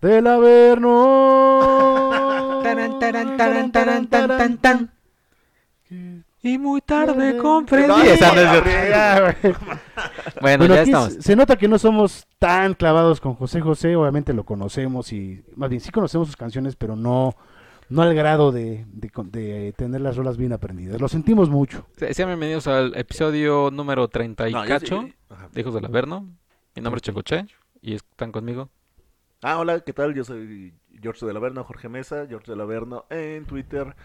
del Averno. Taran, taran, taran, taran, tan, tan, tan. Y muy tarde comprendí. Sí, Esa no es de- Ya, güey. Bueno, Bueno, ya aquí estamos. se- se nota que no somos tan clavados con José José, obviamente lo conocemos y más bien sí conocemos sus canciones, pero no no al grado de, de con- de tener las rolas bien aprendidas. Lo sentimos mucho. Se- Sean bienvenidos al episodio número 30 y No, yo sí- eh, cacho Ajá. de Hijos del Averno. Mi nombre es Checoche y están conmigo. Ah, hola, ¿qué tal? Yo soy George de la Verna, Jorge Mesa, George de la Verna en Twitter.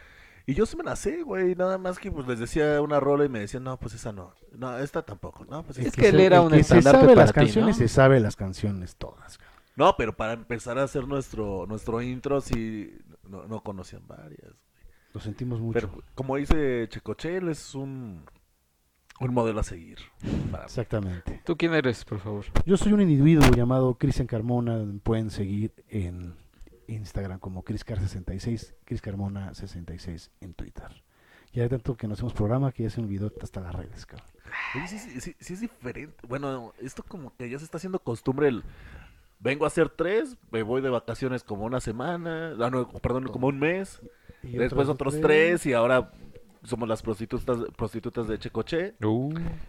Y yo sí me la sé, güey, nada más que pues les decía una rola y me decían, no, pues esa no, no, esta tampoco, no, pues Es esta". que él se- era un que se estandarte sabe para las ti, canciones, ¿no? se sabe las canciones todas. cabrón. No, pero para empezar a hacer nuestro nuestro intro sí no, no conocían varias. Lo sentimos mucho. Pero como dice Checoche, él es un, un modelo a seguir. para mí. Exactamente. ¿Tú quién eres, por favor? Yo soy un individuo llamado Cristian Carmona, me pueden seguir en Instagram como CrisCar66, CrisCarmona66 en Twitter. Ya de tanto que no hacemos programa que ya se me olvidó hasta las redes, cabrón. Oye, sí, sí, sí, sí es diferente. Bueno, esto como que ya se está haciendo costumbre el... Vengo a hacer tres, me voy de vacaciones como una semana, ah, no, perdón, como un mes, Y después otros tres. y ahora somos las prostitutas, prostitutas de Checoche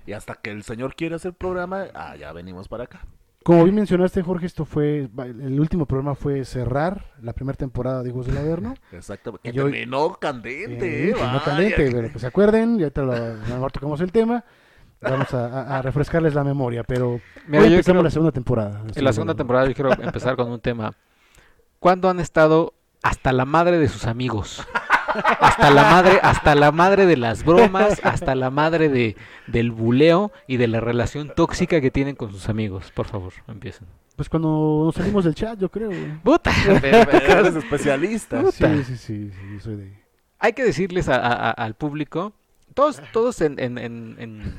y hasta que el señor quiere hacer programa, ah, ya venimos para acá. Como bien mencionaste, Jorge, esto fue, va- el último programa fue cerrar la primera temporada de Hijos del Averno. Exactamente. Que Yo- terminó Eh, candente, eh, pues, no vaya. caliente, pero pues se acuerden, y ahorita lo, a lo mejor tocamos el tema. Vamos a, a- a refrescarles la memoria, pero Mira, hoy yo empezamos creo- la segunda temporada. En la segunda temporada yo quiero empezar con un tema. ¿Cuándo han estado hasta la madre de sus amigos? Hasta la madre, hasta la madre de las bromas, hasta la madre de, del buleo y de la relación tóxica que tienen con sus amigos. Por favor, empiecen. Pues cuando nos salimos del chat, yo creo. güey. ¡Puta! Eres especialista. Sí, sí, sí, sí, yo soy de... Hay que decirles a- a- a- al público, todos, todos en, en- en- en-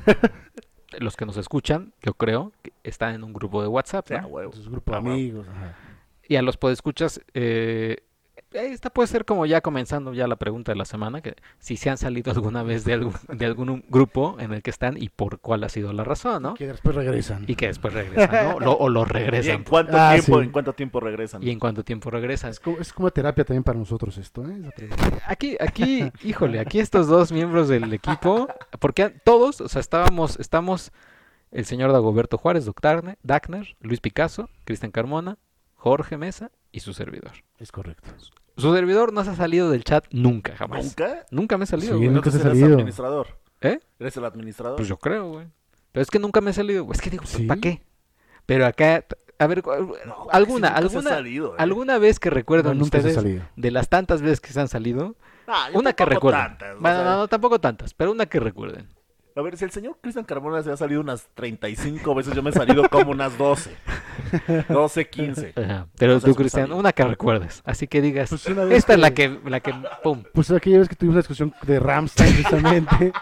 los que nos escuchan, yo creo, que están en un grupo de WhatsApp, Sí, ¿no? a huevo. Sus grupos de Ah, bueno. amigos. ajá. Y a los podescuchas, eh, esta puede ser como ya comenzando ya la pregunta de la semana, que si se han salido alguna vez de algún, de algún grupo en el que están y por cuál ha sido la razón, ¿no? Que después regresan. Y que después regresan, ¿no? Lo- o lo ¿Y en regresan. cuánto, Ah, tiempo, sí. en cuánto tiempo regresan? Y en cuánto tiempo regresan. Es, como, es como terapia también para nosotros esto, ¿eh? Esa- Aquí, aquí, híjole, aquí estos dos miembros del equipo, porque a- todos, o sea, estábamos, estamos el señor Dagoberto Juárez, Doctor Dagner, Luis Picasso, Cristian Carmona, Jorge Mesa y su servidor. Es correcto. Su servidor no se ha salido del chat nunca, jamás. ¿Nunca? Nunca me he salido, Sí, güey. nunca se Entonces ha eres salido. administrador. ¿Eh? ¿Eres el administrador? Pues yo creo, güey. Pero es que nunca me he salido, güey. Es que digo, Sí. ¿para qué? Pero acá, t- a ver, cu- No, güey, sí, alguna, nunca se ha alguna, salido, eh. alguna vez que No, recuerdan nunca se ha ustedes salido. de las tantas veces que se han salido, Ah, yo una que tampoco recuerden. tantas, o bueno, sea, no, no, tampoco tantas, pero una que recuerden. A ver, si el señor Cristian Carmona se ha salido unas 35 veces, yo me he salido como unas 12. 12, 15. Ajá. Pero O sea, tú, sí me Cristian, salí. una que recuerdes. Así que digas, Pues una vez esta es la que- que, la que, pum. Pues aquella vez que tuvimos la discusión de Ramstein precisamente,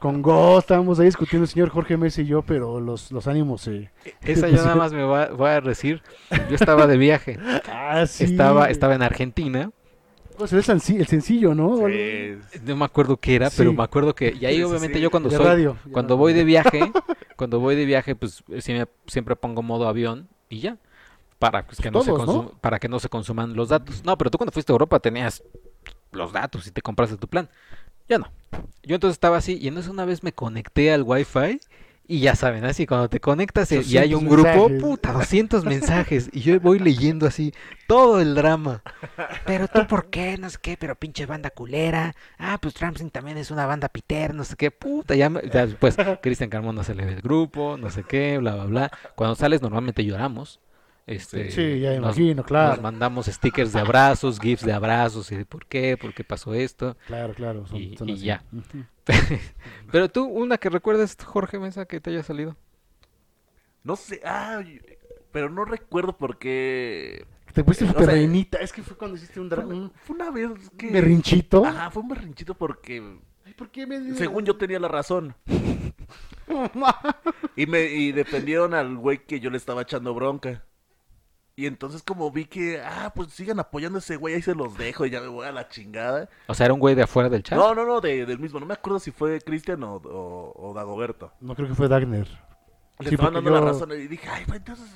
con Go, estábamos ahí discutiendo el señor Jorge Messi y yo, pero los, los ánimos se... Esa yo nada más me va- voy a decir, yo estaba de viaje, Ah, sí. estaba, estaba en Argentina. O sea, Pues, el, senci- el sencillo, ¿no? O algo- No me acuerdo qué era, Sí. pero me acuerdo que. Y ahí, Sí, sí, obviamente, sí. yo cuando De soy. radio. Cuando voy de viaje, cuando voy de viaje, pues eh, sí me- siempre pongo modo avión y ya. Para, pues, que no se todos, ¿no? consum- para que no se consuman los datos. No, pero tú cuando fuiste a Europa tenías los datos y te compraste tu plan. Yo no. Yo entonces estaba así y entonces una vez me conecté al wifi y ya saben, así cuando te conectas eh, y hay un 200 grupo, mensajes. puta, 200 mensajes y yo voy leyendo así todo el drama. Pero tú por qué, no sé qué, pero pinche banda culera. Ah, pues Ramsing también es una banda piter, no sé qué, puta, ya, me- ya después Cristian Carmona se le ve el grupo, no sé qué, bla bla bla. Cuando sales normalmente lloramos. Este, Sí, ya me nos- imagino, claro. Nos mandamos stickers de abrazos, gifs de abrazos y de por qué, por qué pasó esto. Claro, claro. Pues Son, Y- son y así. ya. Ujú. Pero tú, una que recuerdes, Jorge Mesa, que te haya salido. No sé, ah, yo- pero no recuerdo por qué. Te Eh, pusiste O súper sea, reinita. Es que fue cuando hiciste un, dra- un Fue una vez que. berrinchito. Ajá, fue un berrinchito porque. Ay, ¿Por qué me... Según yo tenía la razón. Y me y defendieron al güey que yo le estaba echando bronca. Y entonces como vi que, ah, pues sigan apoyando a ese güey, ahí se los dejo y ya me voy a la chingada. O sea, era un güey de afuera del chat. No, no, no, de- del mismo. No me acuerdo si fue Cristian o, o, o Dagoberto. No creo que fue Dagner. Les Sí, estaban porque dando la yo- razón y dije, ay, güey, entonces,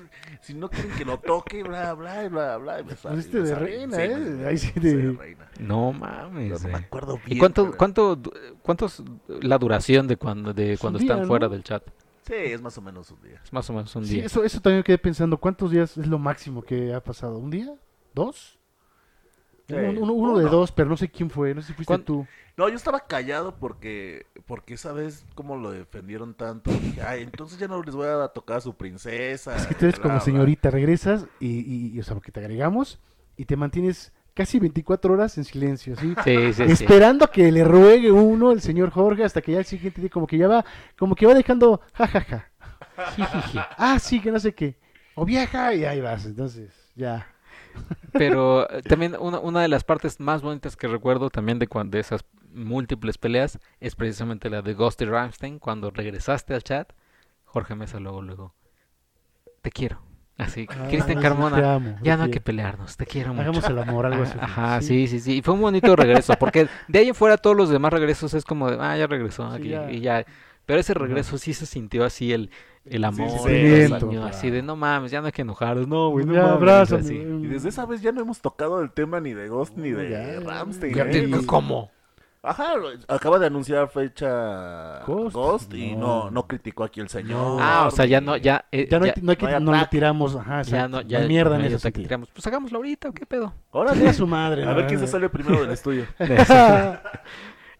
si no quieren que lo toque, bla, bla, y bla, bla. y me sale- Pusiste me Pues de sale. reina, Sí, ¿eh? pues, Ahí sí soy te- de reina. No Pero mames. no me eh. acuerdo bien. ¿Y cuánto, pero- cuánto, du- cuánto es la duración de cuando, de Es cuando un están día, ¿no? fuera del chat? Sí, es más o menos un día. Es más o menos un Sí, día. eso, eso también quedé pensando. ¿Cuántos días es lo máximo que ha pasado? ¿Un día? ¿Dos? Sí, Uno, uno- uno de uno. dos, pero no sé quién fue. No sé si fuiste ¿Cuán- tú. No, yo estaba callado porque, porque esa vez como lo defendieron tanto, dije, ay, entonces ya no les voy a tocar a su princesa. Es que tú eres bla, como bla". señorita, regresas y, y- y, o sea, porque te agregamos y te mantienes casi 24 horas en silencio, ¿sí? Sí, sí, sí. Esperando a que le ruegue uno el señor Jorge hasta que ya el siguiente día como que ya va, como que va dejando jajaja. Ah, sí, que no sé qué. O vieja y ahí vas, entonces, ya. Pero eh, también una, una de las partes más bonitas que recuerdo también de, cuan- de esas múltiples peleas es precisamente la de Ghost y Rammstein. Cuando regresaste al chat, Jorge Mesa luego, luego, te quiero. Así, que, Cristian Ah, Carmona, te amo, te ya no quiero. hay que pelearnos, te quiero mucho. Hagamos el amor, algo Ah, así. Ajá, sí, sí, sí. Y fue un bonito regreso, porque de ahí en fuera todos los demás regresos es como de, ah, ya regresó Sí, aquí ya. y ya. Pero ese regreso sí se sintió así el, el amor, sí, el sentimiento, cariño, claro. así de no mames, ya no hay que enojarnos, no, güey, no Ya, mames", abrázame, así. güey. Y desde esa vez ya no hemos tocado el tema ni de Ghost ni de Ya, ya. Ramstein. Ya, ¿eh? ya, ¿Cómo? Ajá, acaba de anunciar fecha Ghost. Ghost, y No. no, no criticó aquí el señor. Ah, o sea, ya no, ya, eh, Ya no, hay- ya, no hay que, no hay no le ataque. tiramos, ajá, ya exacto, no, no hay ya, mierda en no hay ese ataque, sentido. digamos, Pues hagámoslo ahorita, ¿o qué pedo? Chinga Órale, a su madre. a la ver quién se verdad. sale primero del estudio.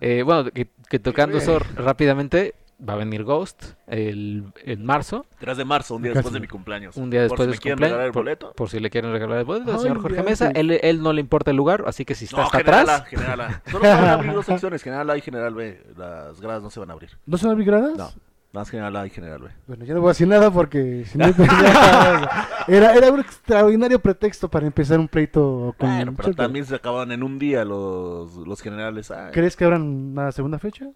Eh, bueno, que, que tocando eso rápidamente, va a venir Ghost el, en marzo, 3 de marzo, un día Casi. después de mi cumpleaños. un día después Por si de me su quieren cumpleaños, regalar el por- boleto. Por si le quieren regalar el boleto al Ay, señor Jorge ya Mesa, sé. él, él no le importa el lugar, así que si está hasta general atrás, A, general A. Solo van a abrir dos secciones, general A y general B. Las gradas no se van a abrir. ¿No son gradas? No, más general A y general B. Bueno, yo no voy a decir nada porque si no, pues, ya sabes, era, era un extraordinario pretexto para empezar un pleito con Bueno, pero Chorca. también se acaban en un día los, los generales A. ¿Crees que habrán una segunda fecha?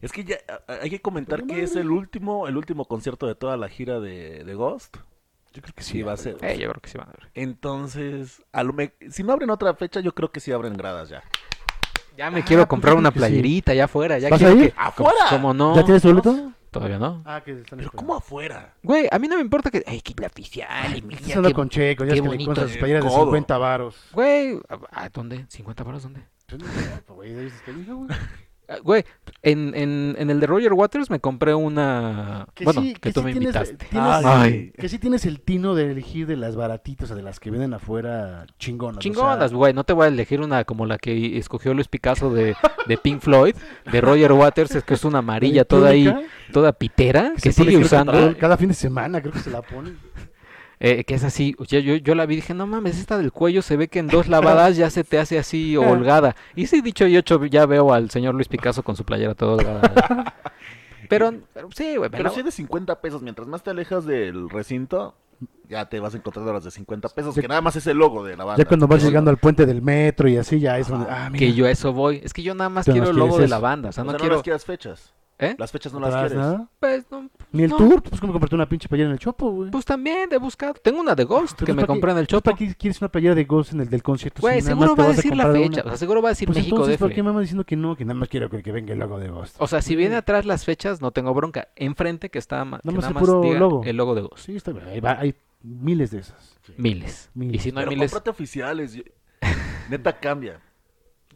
Es que ya a- a- hay que comentar Pero que madre. es el último, el último concierto de toda la gira de, de Ghost. Yo creo que Sí, va a ser. eh, yo creo que sí van a ver. Entonces, a lo me- si no abren otra fecha, yo creo que sí abren gradas ya. Ya me Ah, quiero pues comprar yo creo una que sí. playerita allá afuera, ya ¿Vas quiero a ir? que- ¡Afuera! Pues, ¿Cómo no? ¿Ya tienes boleto? Todavía no. Ah, que están Pero ¿cómo afuera? Güey, a mí no me importa que, ay, que la oficial, y mira Estás hablando que- con Checo, ya qué es que le bonito encuentras sus el playeras de codo. 50 varos. Güey, ¿a- a ¿dónde? ¿50 paros dónde? Güey, ahí se te dijo, güey. Ah, Güey, en, en, en el de Roger Waters me compré una. Que bueno, sí- que, tú sí me tienes- invitaste. tienes- Ay. Que sí tienes el tino de elegir de las baratitas, o sea, de las que venden afuera chingonas. o sea, Chingonas, güey. No te voy a elegir una como la que escogió Luis Picasso de, de Pink Floyd. De Roger Waters, es que es una amarilla toda ahí, electrónica, toda pitera, que, se pone, sigue creo que, usando. cada- Cada fin de semana creo que se la ponen. eh, que es así. O sea, yo, yo la vi y dije, no mames, esta del cuello se ve que en dos lavadas ya se te hace así holgada. Y sí, dicho y hecho, ya veo al señor Luis Picasso con su playera toda holgada. Pero, pero sí, güey. me Pero la- si es de 50 pesos, mientras más te alejas del recinto, ya te vas encontrando las de 50 pesos, Ya- que nada más es el logo de la banda. Ya cuando vas Sí. llegando al puente del metro y así, ya es donde. Ah, mira. Que yo a eso voy. Es que yo nada más Tú nada quiero más el logo quieres de la eso. banda. O sea, O no sea, quiero. las quieres fechas. ¿Eh? Las fechas no ¿No las traes quieres. nada? Pues, no, Ni el no, tour, pues como comprarte una pinche playera en el chopo, güey. Pues también he buscado. Tengo una de Ghost Pero que pues, me ¿para compré en el qué- pues, Chopo. ¿Para qué quieres una playera de Ghost en el del concierto? Güey, si Pues nada seguro más te va a vas decir la comprar fecha. una? O sea, seguro va a decir Pues México entonces, ¿por qué DF. me van diciendo que no? Que nada más quiero que, que venga el logo de Ghost. O sea, si viene atrás las fechas, no tengo bronca. Enfrente que está ma- que Nada más nada el más puro diga logo. el logo de Ghost. Sí, está bien. Ahí va- hay miles de esas. Miles. Y Miles. si no hay Pero miles. cómprate oficiales. yo- Neta cambia.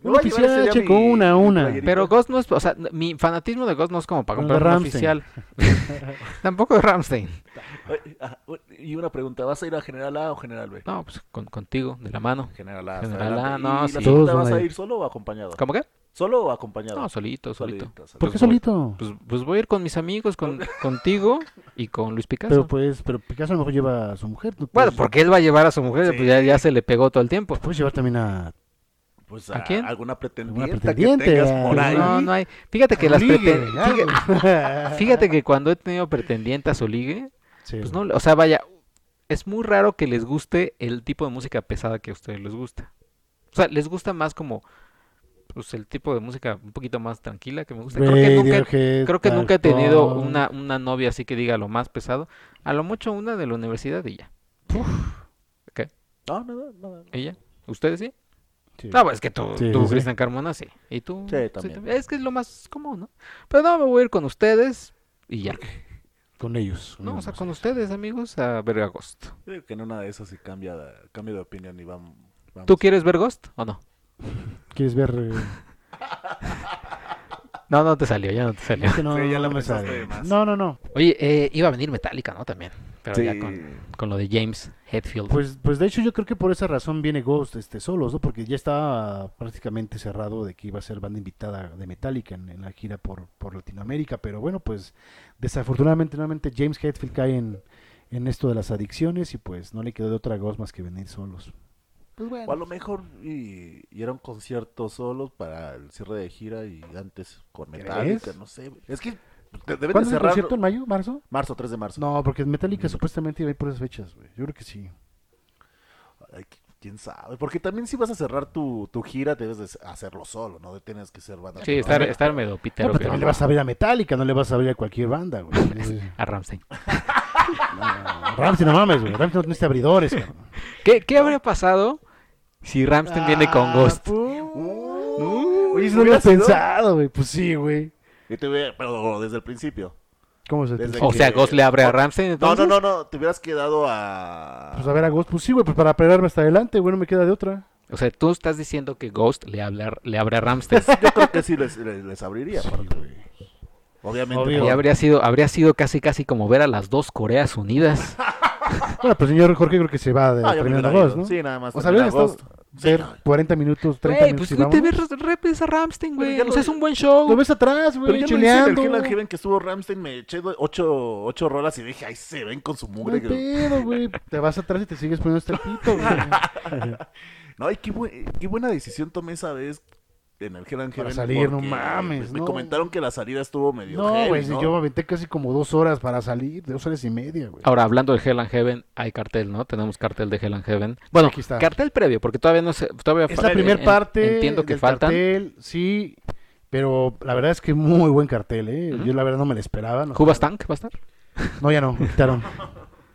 Un voy a llevar ese oficial, día checo, mi- una a mi una. playerita. Pero Ghost no es. O sea, n- mi fanatismo de Ghost no es como para Como de comprar un Rammstein. oficial. Tampoco de Ramstein. Oye, ah, oye, Y una pregunta, ¿vas a ir a General A o General B? No, pues con- contigo, de la mano. General A. General A, adelante. no, ¿Y la sí. Todos segunda van vas a a ir. ir solo o acompañado? ¿Cómo que? ¿Solo o acompañado? No, solito, solito. Solito, solito. ¿Por qué Pues voy- solito? Pues, pues voy a ir con mis amigos, con, contigo y con Luis Picasso. Pero pues, pero Picasso a lo mejor lleva a su mujer. ¿no? bueno, Pues, porque él va a llevar a su mujer, pues ya, ya se le pegó todo el tiempo. Puedes llevar también a. Pues ¿A quién? alguna pretendiente, pretendiente, ah, que tengas a- por ahí. No, no hay. Fíjate que a las ligue, preten- algo. fíjate, fíjate que cuando he tenido pretendientas o ligue, Sí, pues no, güey. o sea, vaya, es muy raro que les guste el tipo de música pesada que a ustedes les gusta. O sea, les gusta más como pues el tipo de música un poquito más tranquila que me gusta. Creo que nunca, Radiohead, creo que Dark nunca he tenido Throne. una, una novia así que diga lo más pesado. A lo mucho una de la universidad y ya. No, nada, nada. ¿Y ya? ¿Ustedes sí? Sí. No, pues es que tú, Sí, tú sí, sí. Cristian Carmona, sí. Y tú. Sí, también. Es que es lo más común, ¿no? Pero no, me voy a ir con ustedes y ya. Con ellos. No, o sea, mismos. con ustedes, amigos, a ver a Ghost. Yo digo que en una de esas se cambia, de- cambia de opinión y vamos. vamos. ¿Tú quieres ver Ghost o no? ¿Quieres ver? eh, No, no te salió, ya no te salió. que no, Sí, ya no la me pensaste sale. de más. No, no, no. Oye, eh, iba a venir Metallica, ¿no? También. Pero Sí. ya con, con lo de James Hetfield. Pues, pues de hecho yo creo que por esa razón viene Ghost este, solos, ¿no? Porque ya estaba prácticamente cerrado de que iba a ser banda invitada de Metallica en, en la gira por, por Latinoamérica. Pero bueno, pues desafortunadamente nuevamente James Hetfield cae en, en esto de las adicciones y pues no le quedó de otra Ghost más que venir solos. Pues bueno. O a lo mejor y, y era un concierto solos para el cierre de gira y antes con Metallica, ¿Crees? no sé. Es que de- deben de ¿Cuándo es el cerrar Mm. concierto? ¿En mayo? ¿Marzo? marzo, 3 de marzo. No, porque Metallica supuestamente iba a ir por esas fechas, güey. Yo creo que sí. Ay, qu- quién sabe, porque también si vas a cerrar tu, tu gira debes de hacerlo solo, no tienes que ser banda. sí, con- estar, estar medio No, pitero. pero pero también le vas a ver a Metallica, no le vas a ver a cualquier banda, güey. A Ramstein. Ramsey, no mames, güey. Ramsey no necesita abridores, cabrón. ¿Qué, qué habría pasado si Ramstein viene con Ah, Ghost? Uh, Oye, eso Ah, no hubiera había sido- pensado, güey. Pues sí, güey. Y te hubiera- pero desde el principio. ¿Cómo se te Desde O sea, Ghost le abre a Ramstein. No, no, entonces? no, no, te hubieras quedado a... Pues a ver a Ghost, pues sí, güey, pues para pelearme hasta adelante, güey, no me queda de otra. O sea, tú estás diciendo que Ghost le, habla, le abre a Ramstein. Yo creo que sí les, les- les abriría, aparte. Obviamente. Obvio. Y por- habría sido, habría sido casi casi como ver a las dos Coreas unidas. Bueno, pues señor Jorge creo que se va de Ah, yo me tremendo hubiera Ghost, ido. ¿no? Sí, nada más. o sea, termina hubiera estado Ghost. Sí, ver no. 40 minutos, 30 Güey, minutos pues y no te vámonos. ves repes a Ramstein, güey. ya O lo- sea, es un buen show. Lo ves atrás, Pero güey, yo lo hice en el chileando. Hell and Heaven que estuvo Ramstein, me eché do- ocho, ocho rolas y dije, ay, se ven con su No mugre. hay que- pedo, güey. Te vas atrás y te sigues poniendo este pito, güey. No, y qué, bu- qué buena decisión tomé esa vez en el Hell and Para Heaven salir, no porque, mames, pues, Me no. comentaron que la salida estuvo medio No, heavy, güey, si ¿no? yo me aventé casi como dos horas para salir, dos horas y media, güey. Ahora, hablando de Hell and Heaven, hay cartel, ¿no? Tenemos cartel de Hell and Heaven. Bueno, Aquí está. cartel previo, porque todavía no sé. Todavía Es fa- la primera en- parte. Entiendo que del faltan. Cartel, sí, pero la verdad es que muy buen cartel, ¿eh? Yo la verdad no me lo esperaba. No, Cubas Tank va a estar. No, ya no, lo quitaron.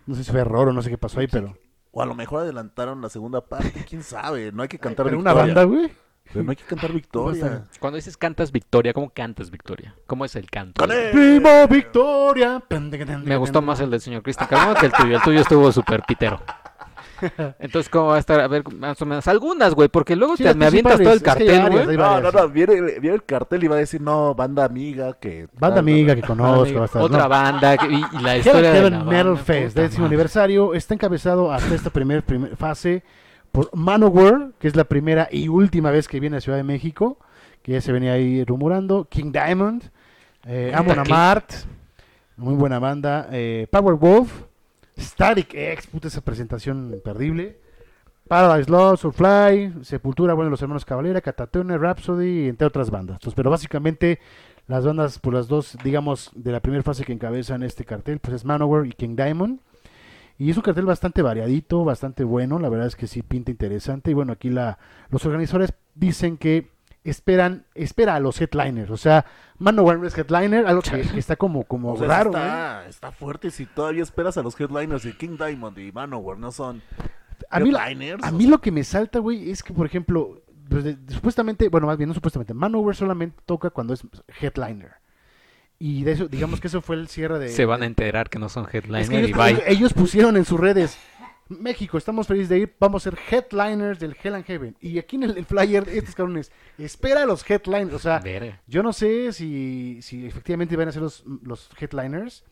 No sé si fue error o no sé qué pasó ahí, pero. O a lo mejor adelantaron la segunda parte, quién sabe. No hay que cantar Pero una victoria. banda, güey. Pero no hay que cantar Basta. victoria. Cuando dices cantas victoria, ¿cómo cantas victoria? ¿Cómo es el canto? Con él. Primo Victoria. Me gustó más el del señor Cristian Carmona que el tuyo. El tuyo estuvo súper pitero. Entonces, ¿cómo va a estar? A ver, más o menos. Algunas, güey, porque luego Sí, te, las me avientas todo el principales, es que hay cartel, varias, güey. hay No, no, varias. no, viene, viene el cartel y va a decir, no, banda amiga que... Banda amiga que conozco. Amigo, bastante, Ah, Otra ¿no? banda que- y, y la Hell and historia de la Heaven banda, Metal puta Fest, décimo madre. aniversario, está encabezado hasta esta primera fase por Manowar, que es la primera y última vez que viene a Ciudad de México, que ya se venía ahí rumorando, King Diamond, eh, Puta, Amon King- Amart, muy buena banda, eh, Powerwolf, Static X, puta esa presentación imperdible, Paradise Lost, Soulfly, Sepultura, bueno, los hermanos Cabalera, Catatone, Rhapsody, entre otras bandas. Entonces, pero básicamente las bandas, por las dos, digamos, de la primera fase que encabezan este cartel, pues es Manowar y King Diamond. Y es un cartel bastante variadito, bastante bueno, la verdad es que sí pinta interesante. Y bueno, aquí la, los organizadores dicen que esperan, espera a los headliners, o sea, Manowar no es headliner, algo que, que está como, como O sea, raro. ¿eh? está, está fuerte si todavía esperas a los headliners y King Diamond y Manowar no son A mí la- headliners. A o mí sea, lo que me salta, güey, es que, por ejemplo, pues, de- supuestamente, bueno, más bien, no supuestamente, Manowar solamente toca cuando es headliner. Y de eso, digamos que eso fue el cierre de... Se van a enterar que no son headliner Es que y ellos, bye. ellos- ellos pusieron en sus redes, México, estamos felices de ir, vamos a ser headliners del Hell and Heaven. Y aquí en el, el flyer, estos cabrones, espera a los headliners, o sea, Verga. yo no sé si, si efectivamente van a ser los, los headliners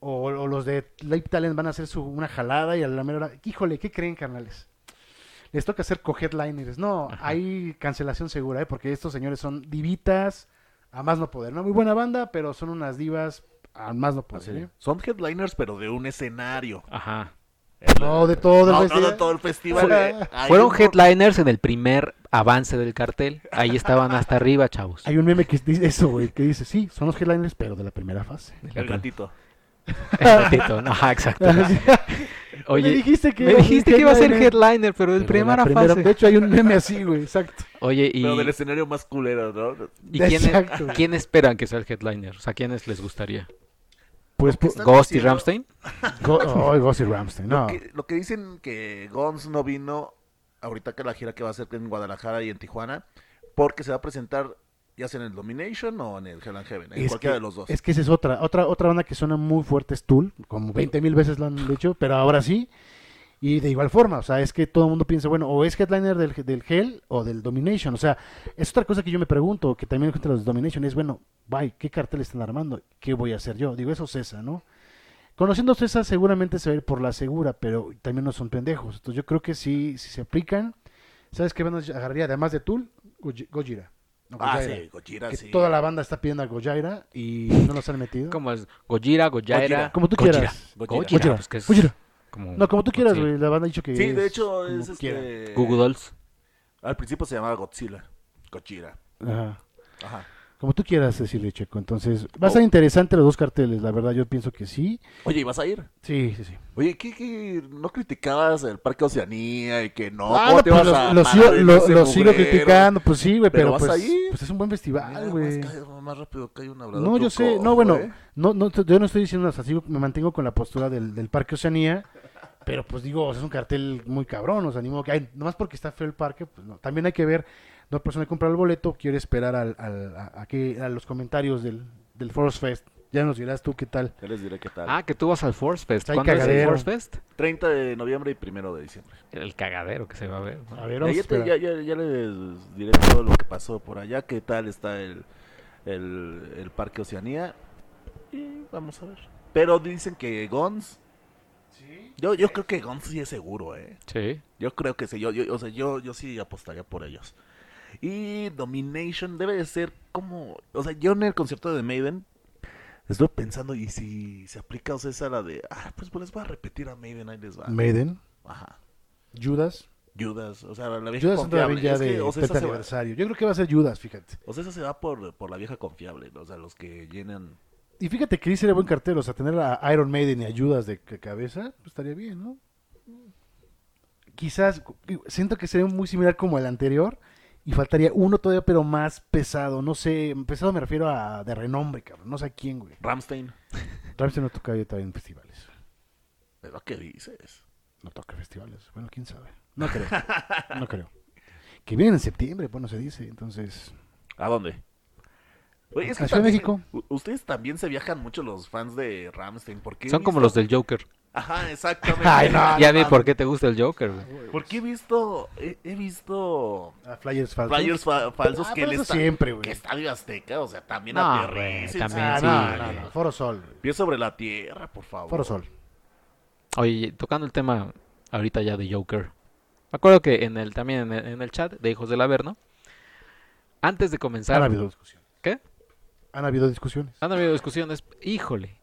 o, o los de Live Talent van a hacer su, una jalada y a la mera hora, híjole, ¿qué creen, carnales? Les toca hacer co-headliners. No, Ajá. hay cancelación segura, ¿eh? porque estos señores son divitas a más no poder. No muy buena banda, pero son unas divas a más no así, Ah, poder. ¿eh? Son headliners, pero de un escenario. Ajá. No, de todo. No, pues, no, eh. no, todo el festival. Fue- eh, hay Fueron un- headliners en el primer avance del cartel. Ahí estaban hasta arriba, chavos. Hay un meme que dice eso, güey, que dice, sí, son los headliners, pero de la primera fase. El gatito. El gatito, no, ajá, exacto. Oye, Ah, me dijiste que, me ibas a ser dijiste que iba a ser headliner, headliner, pero pero del de primera la primera- De fase. hecho, hay un meme así, güey, exacto. Oye, ¿y, Pero del escenario más culero, ¿no? ¿y quién, Exacto. quién esperan que sea el headliner? O sea, ¿quiénes les gustaría? Pues, pues ¿Ghost y diciendo- Ramstein? Go- oh, Ghost y Ramstein, no. Que- lo que dicen que Gons no vino ahorita que la gira que va a hacer en Guadalajara y en Tijuana, porque se va a presentar ya sea en el Domination o en el Hell and Heaven, en Es cualquiera que- de los dos. Es que esa es otra. Otra, otra banda que suena muy fuerte es Tool. Como 20 mil veces lo han dicho, pero ahora sí. Y de igual forma, o sea, es que todo el mundo piensa, bueno, o es headliner del, del Hell o del Domination. O sea, es otra cosa que yo me pregunto, que también contra los Domination, es, bueno, bye, ¿qué cartel están armando? ¿Qué voy a hacer yo? Digo, eso César, ¿no? Conociendo a César seguramente se va a ir por la segura, pero también no son pendejos. Entonces yo creo que si, si se aplican, ¿sabes qué van a agarraría? Además de Tool, Goji- Gojira. o ah, Gojaira sí, Gojira, que sí. toda la banda está pidiendo a Goyaira y no los han metido. Como es Gojira, Goyaira. Gojira. Como tú Gojira, quieras. Gojira, Gojira. Gojira, pues, que es Gojira. como- No, como tú quieras, sí. güey. La banda ha dicho que. Sí, de es hecho como es quiera. este... Google Dolls. Al principio se llamaba Godzilla. Gojira. Ajá. Ajá. Como tú quieras decirle, Checo. Entonces, Oh. va a ser interesante los dos carteles, la verdad. Yo pienso que sí. Oye, ¿y vas a ir? Sí, sí, sí. Oye, ¿qué, qué no criticabas el Parque Oceanía y que no? Ah, ¿Cómo no, te pues, vas a lo, lo parar sigo, en lo- ese lo sigo mugrero? criticando, pues sí, güey, Pero pero, vas pues, ahí. pues es un buen festival, Mira, güey. más cae- Más rápido cae un labrador No, yo que un sé, no, cojo, bueno, ¿eh? no, no, te- yo no estoy diciendo nada, sigo- me mantengo con la postura del, del Parque Oceanía, pero pues digo, o sea, es un cartel muy cabrón, o sea, ni modo que, ay, nomás porque está feo el parque, pues no, también hay que ver, no hay persona que comprar el boleto, quiere esperar al, al- a, a que, a los comentarios del, del Force Fest, ya nos dirás tú qué tal. Ya les diré qué tal. Ah, que tú vas al Force Fest. Hay ¿Cuándo es el cagadero. Force Fest? 30 de noviembre y 1 de diciembre. El cagadero que se va a ver. A ver, Ya, vamos a ya te- esperar. ya- ya- ya les diré todo lo que pasó por allá, qué tal está el, el, el Parque Oceanía. Y vamos a ver. Pero dicen que Gons. Yo, yo creo que Gons sí es seguro, ¿eh? Sí. Yo creo que sí, yo, yo, o sea, yo, yo sí apostaría por ellos. Y Domination debe de ser como... O sea, yo en el concierto de Maiden estuve pensando, y si se aplica, o sea, esa la de... Ah, pues, pues les voy a repetir a Maiden, ahí les va. Maiden, Ajá. Judas, Judas, o sea, la vieja Judas es la confiable. villa Es que, de o, sea, esa 30 se va, aniversario, yo creo que va a ser Judas, fíjate. o sea, esa se va por, por la vieja confiable, ¿no? o sea, los que llenan... Y fíjate que sí sería buen cartel, o sea, tener a Iron Maiden y a Judas de ca- cabeza, pues estaría bien, ¿no? Quizás, cu- siento que sería muy similar como el anterior, y faltaría uno todavía, pero más pesado, no sé, pesado me refiero a de renombre, cabrón, no sé a quién, güey. Ramstein. Ramsey no toca yo también en festivales, ¿Pero qué dices? no toca en festivales, bueno, quién sabe, no creo, no creo. Que vienen en septiembre, bueno, se dice, entonces... ¿A dónde? Oye, ¿A Ciudad de también- México? u- Ustedes también se viajan mucho los fans de Ramstein. porque Son como los del Joker. Ajá, exactamente. Ay, no, ya vi por qué te gusta el Joker. güey. Porque he visto, he, he visto A Ah, Flyers falsos. flyers fa- falsos Ah, que pero le eso está, siempre, güey. que Estadio Azteca, o sea, también No, aterricen, güey, también Ah, ¿sabes? sí, no, no, güey. no, Foro Sol, güey. Pie sobre la tierra, por favor. Foro Sol. Oye, tocando el tema ahorita ya de Joker. Me acuerdo que en el, también en el, en el chat de Hijos del Averno, antes de comenzar... Han habido discusiones. ¿Qué? Han habido discusiones. Han habido discusiones. Híjole.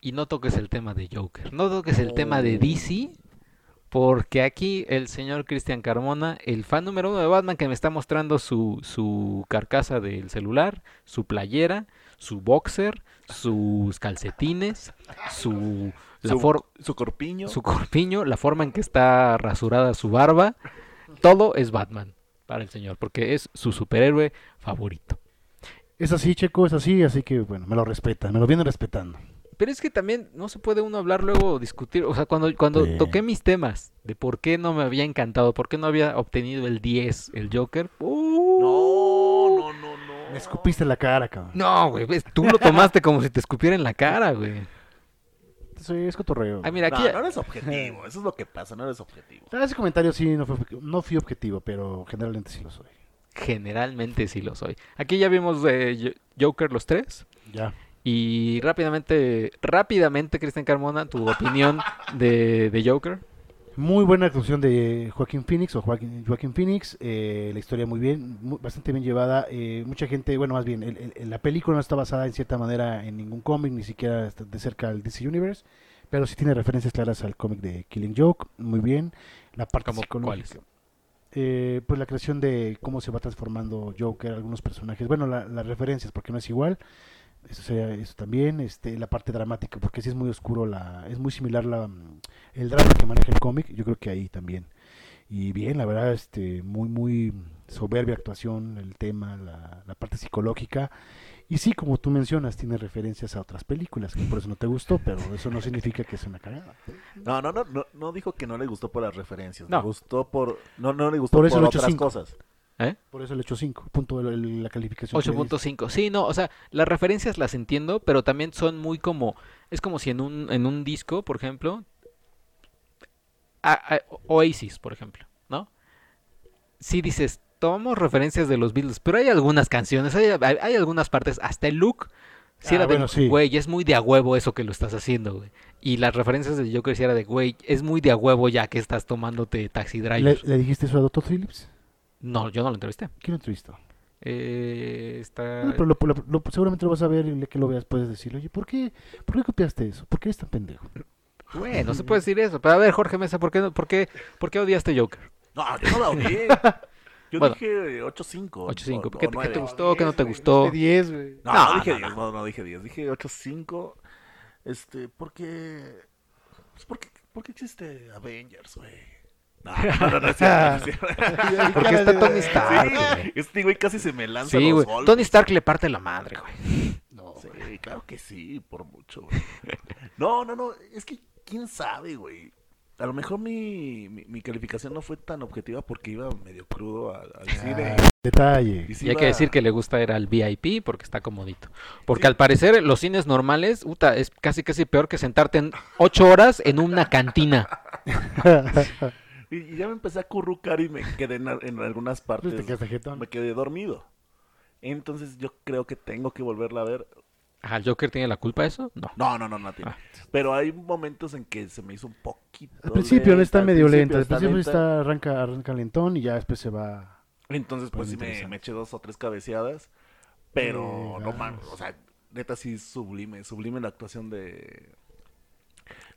Y no toques el tema de Joker. No toques el tema Oh. de DC. Porque aquí el señor Cristian Carmona, el fan número uno de Batman, que me está mostrando su, su carcasa del celular, su playera, su boxer, sus calcetines, su, la Su, for- su corpiño. su corpiño, la forma en que está rasurada su barba, todo es Batman para el señor, porque es su superhéroe favorito. Es así, Checo, es así, así que bueno, me lo respetan, me lo vienen respetando. Pero es que también no se puede uno hablar luego, discutir. O sea, cuando, cuando Sí. toqué mis temas de por qué no me había encantado, por qué no había obtenido el 10, el Joker. ¡uh! No, no, no, no. Me escupiste en la cara, cabrón. No, güey, ves, tú lo tomaste como si te escupiera en la cara, güey. Sí, es cotorreo. Ay, No, mira, aquí... no eres objetivo. Eso es lo que pasa, no eres objetivo. Ah, Ese comentario sí no, fue, no fui objetivo, pero generalmente sí lo soy. Generalmente sí lo soy. Aquí ya vimos eh, Jo- Joker los tres. Ya. Y rápidamente, rápidamente, Cristian Carmona, tu opinión de, de Joker. Muy buena actuación de Joaquín Phoenix o Joaquín, Joaquín Phoenix. eh, la historia muy bien, mu- bastante bien llevada. eh, mucha gente, bueno, más bien, el- el- el- la película no está basada en cierta manera en ningún cómic, ni siquiera está de cerca al DC Universe, pero sí tiene referencias claras al cómic de Killing Joke. Muy bien. La parte ¿Cómo psicológica. cuáles? eh, pues la creación de cómo se va transformando Joker, algunos personajes, bueno, la- las referencias, porque no es igual, eso, sería- eso también, este, la parte dramática, porque sí es muy oscuro, la, es muy similar la, mm, el drama que maneja el cómic, yo creo que ahí también. Y bien, la verdad, este, muy, muy soberbia actuación, el tema, la, la parte psicológica. Y sí, como tú mencionas, tiene referencias a otras películas, que por eso no te gustó, pero eso no significa que es una cagada. No, no, no, no, no dijo que no le gustó por las referencias. No. Le gustó por. No, no le gustó Por por, eso el otras 8-5. cosas. ¿Eh? Por eso le echo 5, punto de la- la calificación. que le di. 8.5. Sí, no, o sea, las referencias las entiendo, pero también son muy como. Es como si en un, en un disco, por ejemplo. a- a- Oasis, por ejemplo, ¿no? Si dices, tomamos referencias de los Beatles, pero hay algunas canciones, hay, hay- hay algunas partes, hasta el look. Si Ah, era bueno, de, sí. güey, es muy de a huevo eso que lo estás haciendo, güey. Y las referencias de Joker si era de, güey, es muy de a huevo ya que estás tomándote Taxi ¿Le, Driver. le dijiste eso a Dr. Phillips? No, yo no lo entrevisté. ¿Quién lo entrevistó? Eh, está... No, Ah, pero lo- lo- lo- seguramente lo vas a ver y le- que lo veas puedes decirle, oye, ¿por qué, ¿por qué copiaste eso? ¿Por qué eres tan pendejo? Bueno, no se puede decir eso. Pero a ver, Jorge Mesa, ¿por qué, no- por qué, por qué odiaste Joker? No, yo no la odié. Yo Bueno. dije 8.5. 8.5, o- ¿qué, o te- qué te nueve. gustó? ¿Qué no te gustó? 10, güey. No, No, no, dije no, 10, no, no dije 10, dije 8.5. Este, porque. Pues porque, porque existe Avengers, güey. No, no, no, no es cierto, no es cierto. Porque está Tony Stark, Sí, güey. este güey casi se me lanza Sí, los güey. golpes. Tony Stark le parte la madre, güey. Sí, claro que sí, por mucho. güey. No, no, no, es que quién sabe, güey. A lo mejor mi, mi, mi calificación no fue tan objetiva porque iba medio crudo al, Ah, al cine. Detalle. sí Y hay que iba- decir que le gusta era al VIP porque está comodito. Porque al parecer los cines normales, puta, es casi casi peor que sentarte en ocho horas en una cantina. Y, y ya me empecé a currucar y me quedé en, en algunas partes. Pues te quedaste jetón. Me quedé dormido. Entonces yo creo que tengo que volverla a ver. Ajá, ¿el Joker tiene la culpa de eso? No. No, no, no, no tiene. Pero hay momentos en que se me hizo un poquito. Ah. Al principio no lenta, está al medio principio lenta, al principio lenta. está arranca, arranca lentón y ya después se va. Entonces, pues Bueno, sí me, interesante. me eché dos o tres cabeceadas. Pero no Digamos. mames, o sea, neta sí sublime, sublime la actuación de,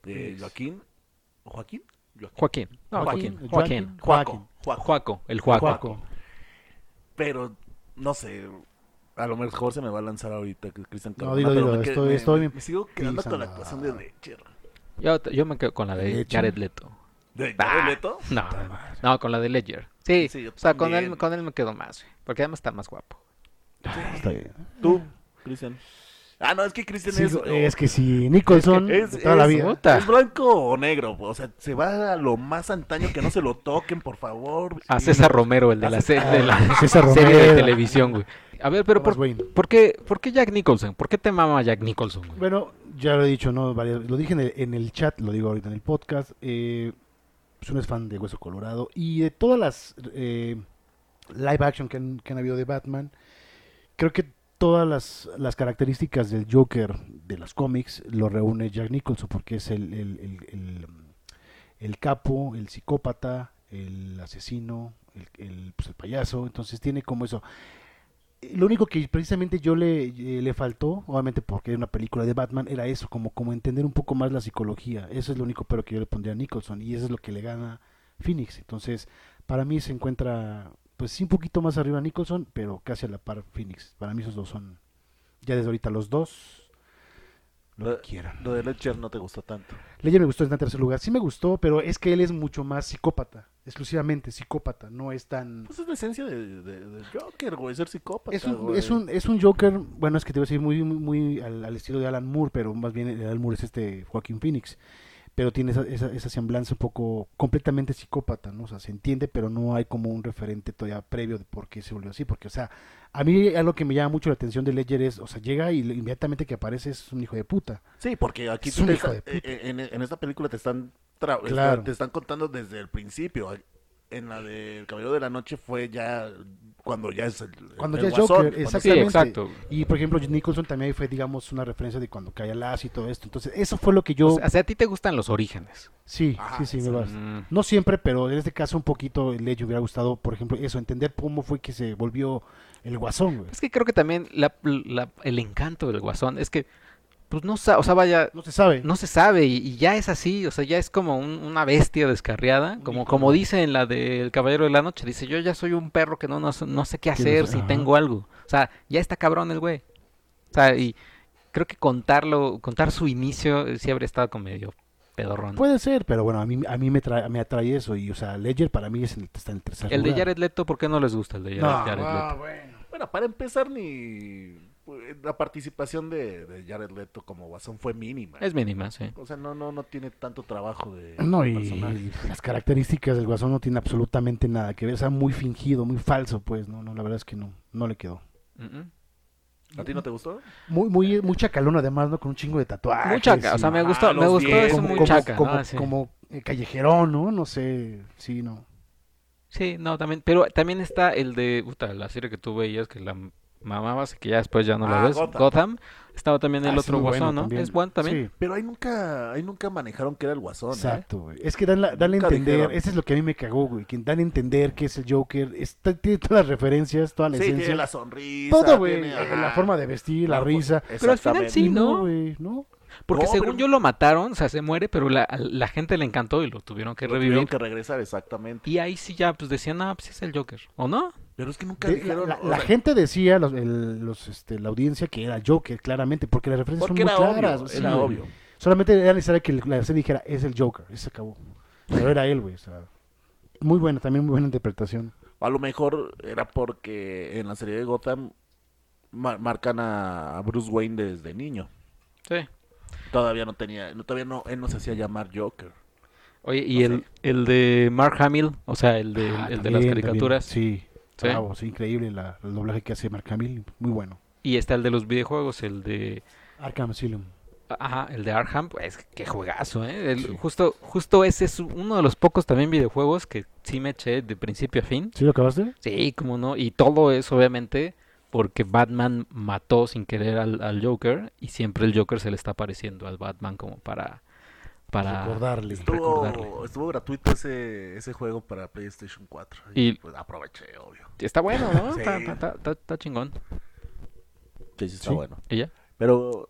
de Joaquín. ¿Joaquín? Joaquín. Joaquín. No, Joaquín. Joaquín. Joaquín. Joaco. Joaco. Juaco, el Juaco. Cuaco. Pero, no sé, a lo mejor se me va a lanzar ahorita que Cristian No, Carmona, dilo, pero dilo, me qued- estoy- me- estoy me- bien me sigo quedando con la pisado. actuación de Lecher. Yo, yo me quedo con la de Leche. Jared Leto. ¿De Ah, Jared Leto? No, no, con la de Ledger. Sí, Sí, yo o sea, con también. él, con él me quedo más, güey, porque además está más guapo. Está bien. ¿Tú, Cristian? Ah, no, es que Cristian Sí, es... es, que si Nicholson Es, de toda la es- vida. puta. es blanco o negro, o sea, se va a lo más antaño que no se lo toquen, por favor. A Ah, César Romero, el de la, se- de la Ah, César serie de Romero. televisión, güey. A ver, pero Thomas por, Wayne. ¿por qué, ¿por qué Jack Nicholson? ¿Por qué te mama Jack Nicholson, güey? Bueno, ya lo he dicho, ¿no? Varias- lo dije en el, en el chat, lo digo ahorita en el podcast. Eh, pues uno es fan de Hueso Colorado y de todas las eh, live action que han, que han habido de Batman, creo que todas las, las características del Joker de los cómics lo reúne Jack Nicholson porque es el, el, el- el, mm, el capo, el psicópata, el asesino, el, el, pues, el payaso, entonces tiene como eso. Eh, Lo único que precisamente yo le, eh, le faltó, obviamente porque era una película de Batman, era eso, como, como entender un poco más la psicología. Eso es lo único pero que yo le pondría a Nicholson y eso es lo que le gana Phoenix. Entonces, para mí se encuentra, pues sí, un poquito más arriba Nicholson, pero casi a la par Phoenix. Para mí esos dos son, ya desde ahorita los dos, lo Lo- que quieran. Lo de Lecher no te gustó tanto. Leyer me gustó en tercer lugar. Sí me gustó, pero es que él es mucho más psicópata, exclusivamente psicópata, no es tan... Pues es la esencia de, de- del Joker, güey, ser psicópata. Es un, güey. es, un, es un Joker, bueno, es que te iba a decir muy, muy, muy al, al estilo de Alan Moore, pero más bien el Alan Moore es este Joaquín Phoenix. Pero tiene esa, esa, esa semblanza un poco completamente psicópata, ¿no? O sea, se entiende, pero no hay como un referente todavía previo de por qué se volvió así. Porque, o sea, a mí algo que me llama mucho la atención de Ledger es, o sea, llega y le- inmediatamente que aparece es un hijo de puta. Sí, porque aquí Es un te hijo está- eh, de en, en- en esta película te están, tra- Claro. te están contando desde el principio. En la de El Caballero de la Noche fue ya cuando ya es el, Cuando el ya es Guasón, Joker, cuando- exactamente. Sí, exacto. Y por ejemplo, Nicholson también ahí fue, digamos, una referencia de cuando cae Lazo y todo esto. Entonces, eso fue lo que yo. O sea, o sea, a ti te gustan los orígenes. sí, Ajá, sí, sí, me o vas. sea, Mm. No siempre, pero en este caso un poquito le hubiera gustado, por ejemplo, eso, entender cómo fue que se volvió el guasón, güey. Es que creo que también la- la- el encanto del guasón es que, pues no, sa- o sea, vaya, No se sabe. no se sabe y, y ya es así, o sea, ya es como un- una bestia descarriada, como, ícono. como dice en la del Caballero de la Noche, dice, yo ya soy un perro que no, no, no sé qué Que no hacer sé- si ajá. tengo algo. O sea, ya está cabrón el güey. O sea, y creo que contarlo, contar su inicio eh, sí habría estado como medio pedorrón. Puede ser, pero bueno, a mí, a mí me, tra- me atrae eso. Y, o sea, Ledger para mí es en el- está en el tercer el de lugar. Jared Leto, ¿por qué no ah, les gusta el de Jared, No, Jared Leto? Bueno, para empezar ni pues, la participación de, de Jared Leto como Guasón fue mínima. Es mínima, sí. O sea, no, no, no tiene tanto trabajo de No, de y personaje. las características del guasón no tienen absolutamente nada que ver. Está muy fingido, muy falso, pues. No, no, la verdad es que no, no le quedó. Mm-mm. ¿A ti no te gustó? Muy, muy, muy chacalón, además, ¿no? Con un chingo de tatuajes. Muy chaca, o y sea, me gustó, Ah, me los gustó diez, eso como, muy muchaca como, como- como, eh, callejerón, ¿no? No sé, sí, no. Sí, no, también, pero también está el de, puta, la serie que tú veías que la m- mamabas y que ya después ya no la Ah, ves, Gotham. Gotham, estaba también el Ah, sí, otro muy bueno guasón, ¿no? también. Es bueno también. Sí, Pero ahí nunca, ahí nunca manejaron que era el Guasón. ¿eh? exacto, güey. Es que dan la- dan a Nunca entender, dijeron. eso es lo que a mí me cagó, güey. Que dan a entender que es el Joker, está, tiene todas las referencias, toda la Sí, esencia. tiene la sonrisa. todo, güey. tiene, eh, ajá. La forma de vestir, la No, pues, risa. Pero al final exactamente. sí, Y ¿no? güey, no. Porque No, según pero- yo lo mataron, o sea, se muere, pero la, a la gente le encantó y lo tuvieron que Lo revivir. Tuvieron que regresar, exactamente. Y ahí sí ya, pues decían, ah, pues es el Joker, ¿o no? Pero es que nunca De- dijeron. la, o la sea, gente decía, los, el- los, este, la audiencia, que era Joker, claramente, porque las referencias Porque son era muy claras. obvio. sí, Era güey. obvio. Solamente era necesario que la serie dijera, es el Joker, y se acabó. Pero era él, güey. o sea, muy buena, también muy buena interpretación. A lo mejor era porque en la serie de Gotham ma- marcan a a Bruce Wayne desde niño. Sí. Todavía no tenía, no, todavía no, él no se hacía llamar Joker. Oye, y el, el de Mark Hamill, o sea, el de, Ah, también, el de las también, caricaturas, Sí. Sí. Bravo, sí, increíble la, el doblaje que hace Mark Hamill, muy bueno. y está el de los videojuegos, el de... Arkham Asylum. Ajá, el de Arkham, pues qué juegazo, ¿eh? El- Sí. justo, justo ese es uno de los pocos también videojuegos que sí me eché de principio a fin. ¿Sí lo acabaste? Sí, cómo no. Y todo es obviamente porque Batman mató sin querer al, al Joker y siempre el Joker se le está apareciendo al Batman como para... para... Recordarle. Recordarle. Estuvo, estuvo gratuito ese, ese juego para PlayStation 4. Y, Y- pues aproveché, obvio. Está bueno, ¿no? Sí. Está, está- está- está- está chingón. Sí, sí, está Sí. bueno. ¿Y ya? Pero,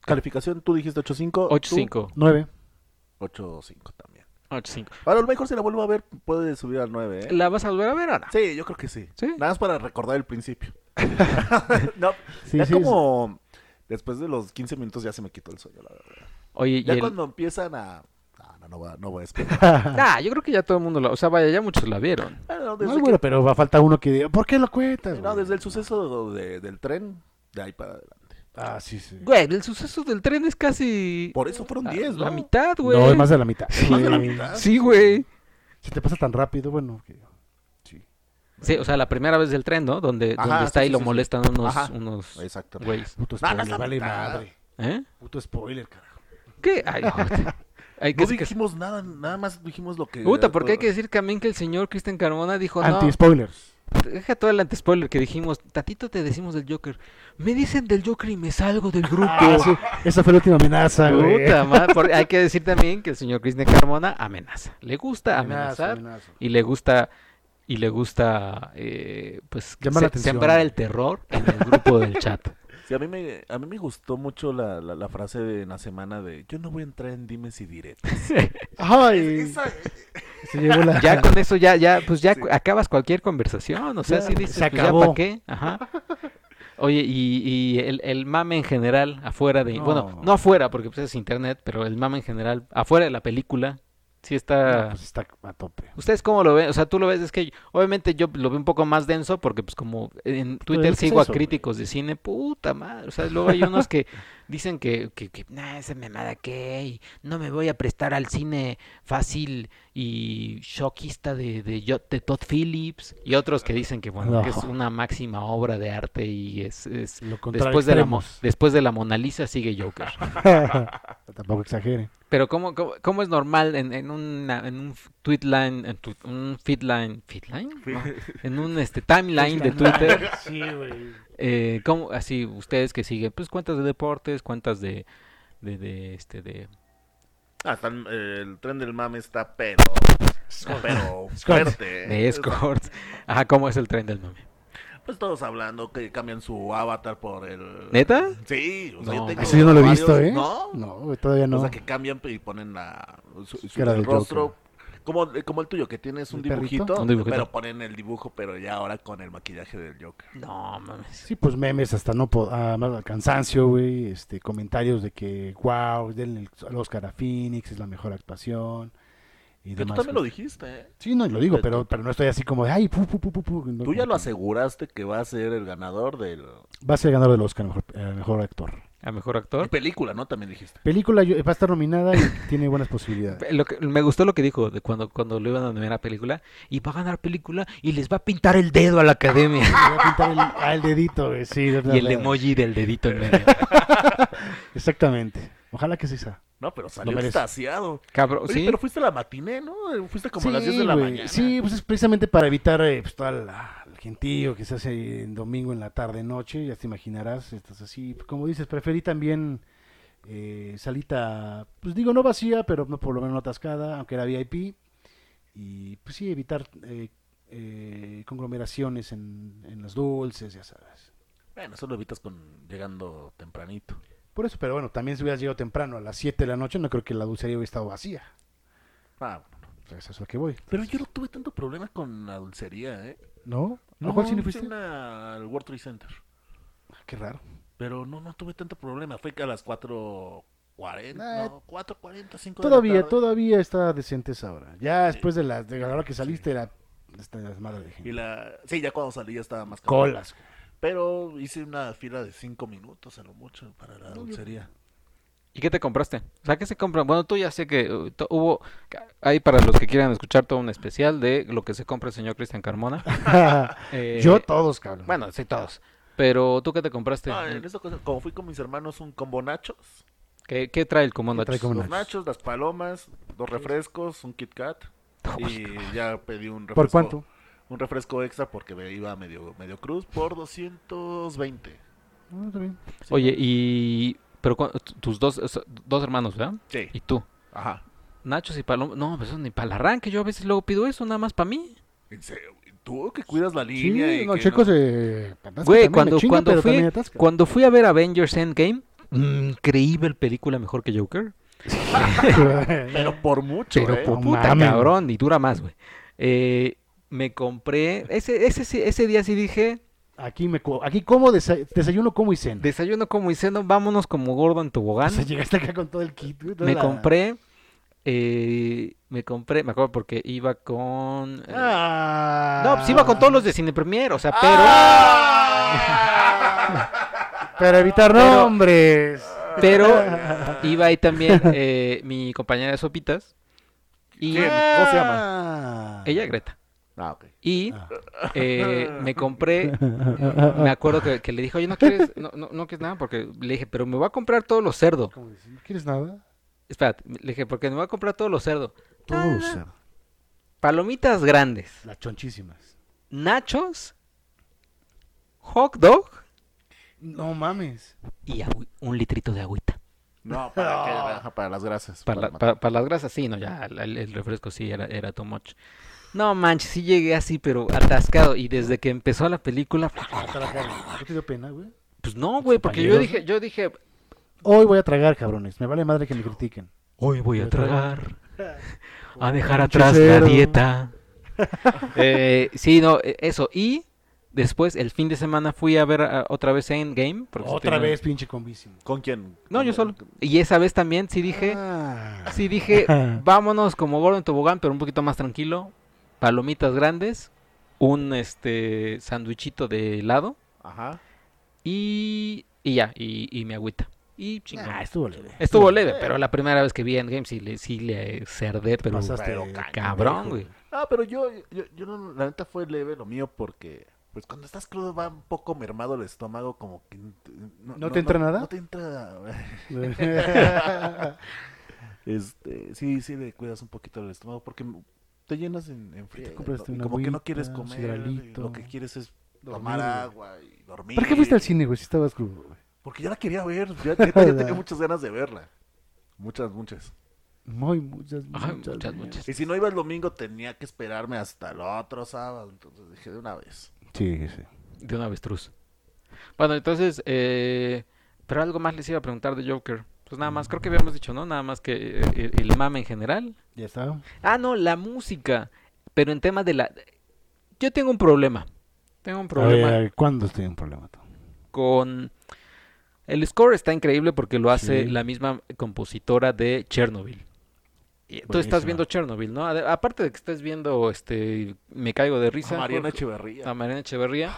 calificación, Oh, tú dijiste 8.5. 8-5. 9. 8.5 también. 8-5. Ahora, a lo mejor si la vuelvo a ver, puede subir al 9, ¿eh? ¿La vas a volver a ver o no? Sí, yo creo que sí. Sí. Nada más para recordar el principio. no, Sí, ya sí, como después de los 15 minutos ya se me quitó el sueño, la verdad. Oye, y Ya el- cuando empiezan a... Ah, no, no, va- no voy a esperar. Nah, Ah, yo creo que ya todo el mundo la... O sea, vaya, ya muchos la vieron. Bueno, No, desde es que- bueno, pero va a faltar uno que diga, ¿por qué lo cuentas? no, güey?" desde el suceso de- del tren, de ahí para adelante. Ah, sí, sí. Güey, el suceso del tren es casi... Por eso fueron a- 10, ¿no? La mitad, güey. No, es más de la mitad. Más de la Sí. mitad. Sí, güey. Si te pasa tan rápido, bueno. que- Sí. Sí, o sea, la primera vez del tren, ¿no? Donde, Ajá, donde está sí, y sí, lo sí. molestan unos, Ajá. unos Exactamente. güeyes. Puto No, no spoiler, es la vale mitad. madre. ¿Eh? Puto spoiler, carajo. ¿Qué? Ay, joder. Ay, No que- que- dijimos nada, nada más dijimos lo que... Puta, porque hay que decir también que el señor Cristian Carmona dijo, no, Anti-spoilers. deja todo el anti-spoiler que dijimos, tatito te decimos del Joker. Me dicen del Joker y me salgo del grupo. Ah, sí, Esa fue la última amenaza, güey. Puta madre, por- hay que decir también que el señor Cristian Carmona amenaza. Le gusta amenazar amenaza. y le gusta y le gusta eh, pues Llamar la se- atención. sembrar el terror en el grupo del chat. Sí, a mí me, a mí me gustó mucho la, la, la frase de en la semana de yo no voy a entrar en dimes y diretes. Ay, eh. se llevó la. Ya con eso ya ya pues ya cu- acabas cualquier conversación, o sea, Ya, si dices se pues, ya acabó. para qué. Ajá. Oye, y, y el, el mame en general afuera de, bueno, No. no afuera porque pues es internet, pero el mame en general afuera de la película sí No, está pues está a tope. ¿Ustedes cómo lo ven? O sea, tú lo ves, es que obviamente yo lo veo un poco más denso porque pues como en Twitter es que es sigo eso, a güey. críticos de cine, puta madre. O sea, luego hay unos que dicen que, que, que nah, esa mamada que y no me voy a prestar al cine fácil y shockista de, de, Jo- de Todd Phillips. Y otros que dicen que bueno, que es No. una máxima obra de arte y es... es- Lo contrario, Después de, la, mo- extremos. después de la Mona Lisa sigue Joker. Tampoco exageren. Pero ¿cómo, cómo, cómo es normal en, en, una, en un f- tweet line, en tu- un feed line, feed line? No, en un este timeline de Twitter, Sí, güey. eh, ¿cómo, así ustedes que siguen, pues cuentas de deportes, cuentas de, de, de, este, de... Ah, están- eh, el tren del mame está pero, pero fuerte. ¿eh? De escorts. Ajá, ¿cómo es el tren del mame? Pues todos hablando que cambian su avatar por el... ¿Neta? Sí. O sea, No. tengo Eso yo no lo he varios- visto, ¿eh? ¿No? No, güey, todavía no. O sea, que cambian y ponen la, su, su- Cara el de rostro. Como, como el tuyo, que tienes un ¿El perrito? dibujito, Un dibujito. pero ponen el dibujo, pero ya ahora con el maquillaje del Joker. No, mames. Sí, pues memes hasta no po- ah, más al cansancio, güey. Este, comentarios de que, wow, denle el Oscar a Phoenix, es la mejor actuación. y Que tú demás también lo cosas. dijiste, ¿eh? Sí, no, y lo digo, Tú- pero, pero no estoy así como de, ay, pu, pu, pu, pu, pu", no, Tú ya como lo que aseguraste que va a ser el ganador del... Va a ser ganador del Oscar, mejor, eh, mejor actor. A mejor de ¿Ah? actor. película, ¿no? También dijiste. Película yo- va a estar nominada y tiene buenas posibilidades. Lo que- me gustó lo que dijo de cuando, cuando lo iban a nominar a película. Y va a ganar película y les va a pintar el dedo a la academia. Le voy a pintar el, ah, el dedito, güey, sí. de y el verdad. emoji del dedito en medio. Exactamente. Ojalá que sí sea. No, pero salió mereces. extasiado. ¿Oh, Cabrón, Oye, sí. pero fuiste a la matiné, ¿no? Fuiste como a las Sí, 10 de la güey, mañana. Sí, pues es precisamente para evitar eh, pues, todo el gentío que se hace el domingo en la tarde, noche, ya te imaginarás, estás así. Como dices, preferí también eh, salita, pues digo, no vacía, pero no, por lo menos no atascada, aunque era VIP. Y pues sí, evitar eh, eh, conglomeraciones en, en los dulces, ya sabes. Bueno, eso lo evitas con llegando tempranito. Por eso, pero bueno, también si hubieras llegado temprano, a las 7 de la noche, no creo que la dulcería hubiera estado vacía. Ah, bueno. pues O sea, eso es a lo que voy. Pero yo no tuve tanto problema con la dulcería, ¿eh? ¿No? ¿No? No, ¿Cuál cine hice fuiste? una al World Trade Center. Ah, Qué raro. Pero no, no tuve tanto problema. Fue que a las 4.40, Eh, no, 4.40, 5 de la Todavía, tarde. todavía está decente esa hora. Ya después de la, de la hora que saliste era esta desmadre de gente. Y la... Sí, ya cuando salí ya estaba más calmado. Colas. Pero hice una fila de 5 minutos a lo mucho para la dulcería. ¿Y qué te compraste? O sea, ¿qué se compran? Bueno, tú ya sé que uh, to- hubo... Hay para los que quieran escuchar todo un especial de lo que se compra el señor Cristian Carmona. Eh, Yo todos, cabrón. Bueno, sí, todos. Pero tú qué te compraste? Ah, en esta cosa, como fui con mis hermanos, un combo nachos. ¿Qué, qué trae el comando? ¿Qué trae Nachos? Combo Los Nachos. nachos, las palomas, dos refrescos, un Kit Kat. Y ya pedí un pues, refresco. ¿Por cuánto? Un refresco extra porque me iba medio, medio cruz por 220. No, está bien. Oye, y... Pero cu- t- tus dos, es- dos hermanos, ¿verdad? Sí. Y tú. Ajá. Nachos y palomas. No, pues eso ni para el arranque. Yo a veces luego pido eso, nada más para mí. En serio, güey, tú que cuidas la Sí, línea. y no, que Checo se atasca Güey, también, cuando, le chinga, cuando, pero también fui, atasca. cuando fui a ver Avengers Endgame, increíble película mejor que Joker. Pero por mucho, Pero ¿eh? por- No puta mames. cabrón, y dura más, güey. Eh, me compré. Ese, ese, sí- ese día sí dije: Aquí me co- aquí como desa- desayuno como y cena. desayuno como y ceno, vámonos como gordo en O tobogán. sea, llegaste acá con todo el kit. güey, toda Me la- compré. eh, me compré, me acuerdo porque iba con. eh, Ah. No, pues iba con todos los de Cine Premier, o sea, pero. Ah. Para evitar Pero- nombres. Pero iba ahí también eh, mi compañera de sopitas. Y ¿Quién? ¿Cómo se llama? llama? ella, Greta. Ah, ok. Y eh, me compré, Ah, me acuerdo que, que le dije, oye, no quieres, no, no, no quieres nada, porque le dije, pero me voy a comprar todos los cerdos. ¿Cómo decir? ¿No quieres nada? Espérate, le dije, porque me voy a comprar todos los cerdos. Todos, Palomitas grandes, las chonchísimas. nachos, hot dog No mames. y agü- un litrito de agüita. No, para, que, ajá, para las grasas. Para, la- para- para- para las grasas, sí, no, ya el, el refresco sí era, era too much. No manches, sí llegué así, pero atascado. Y desde que empezó la película, Hasta la cara. ¿No te dio pena, güey? pues no, güey, porque yo dije, yo dije, Hoy voy a tragar, cabrones. Me vale madre que me critiquen. Hoy voy a tragar. A dejar Pinche atrás la cerdo. dieta. Eh, sí, no, eh, eso. Y después, el fin de semana, fui a ver ah, otra vez Endgame. porque Otra tenía- vez, pinche combísimo. ¿Con quién? No, ¿Con- yo solo. Y esa vez también sí dije, Ah. sí dije, vámonos como gordo en tobogán, pero un poquito más tranquilo. Palomitas grandes, un este sándwichito de helado Ajá. y, y ya, y, y mi agüita. Y chingón. Ah, estuvo leve. Estuvo leve, pero la primera vez que vi Endgame sí le, sí le cerdé, pero pasaste pero de ca- pendejo, cabrón, güey. Ah, pero yo, yo, yo no, la neta fue leve lo mío porque, pues cuando estás crudo va un poco mermado el estómago, como que... No, te entra nada? No te entra... leve. Este, sí, sí le cuidas un poquito el estómago porque te llenas en, en friega, compraste ¿no? Y una como que no quieres agüita, un comer, y cigarrito, lo que quieres es dormir, tomar güey. agua y dormir. ¿Para qué fuiste al cine, güey? Si estabas crudo, güey. Porque ya la quería ver, ya, neta, ya tenía muchas ganas de verla. Muchas, muchas. Muy, muchas, Ay, muchas. muchas, muchas. Y si no iba el domingo tenía que esperarme hasta el otro sábado, entonces dije de una vez. Sí, sí. De un avestruz. Bueno, entonces, eh, pero algo más les iba a preguntar de Joker. Pues nada más, creo que habíamos dicho, ¿no? Nada más que eh, el, el mame en general. ¿Ya está? Ah, no, la música. Pero en tema de la... Yo tengo un problema. Tengo un problema A ver, ¿Cuándo estoy en problema? tú? con... El score está increíble porque lo hace Sí. la misma compositora de Chernobyl. Y tú estás Buenísima. viendo Chernobyl, ¿no? Ade- Aparte de que estás viendo, este, me caigo de risa. A Mariana Jorge- a Echeverría. Mariana Echeverría.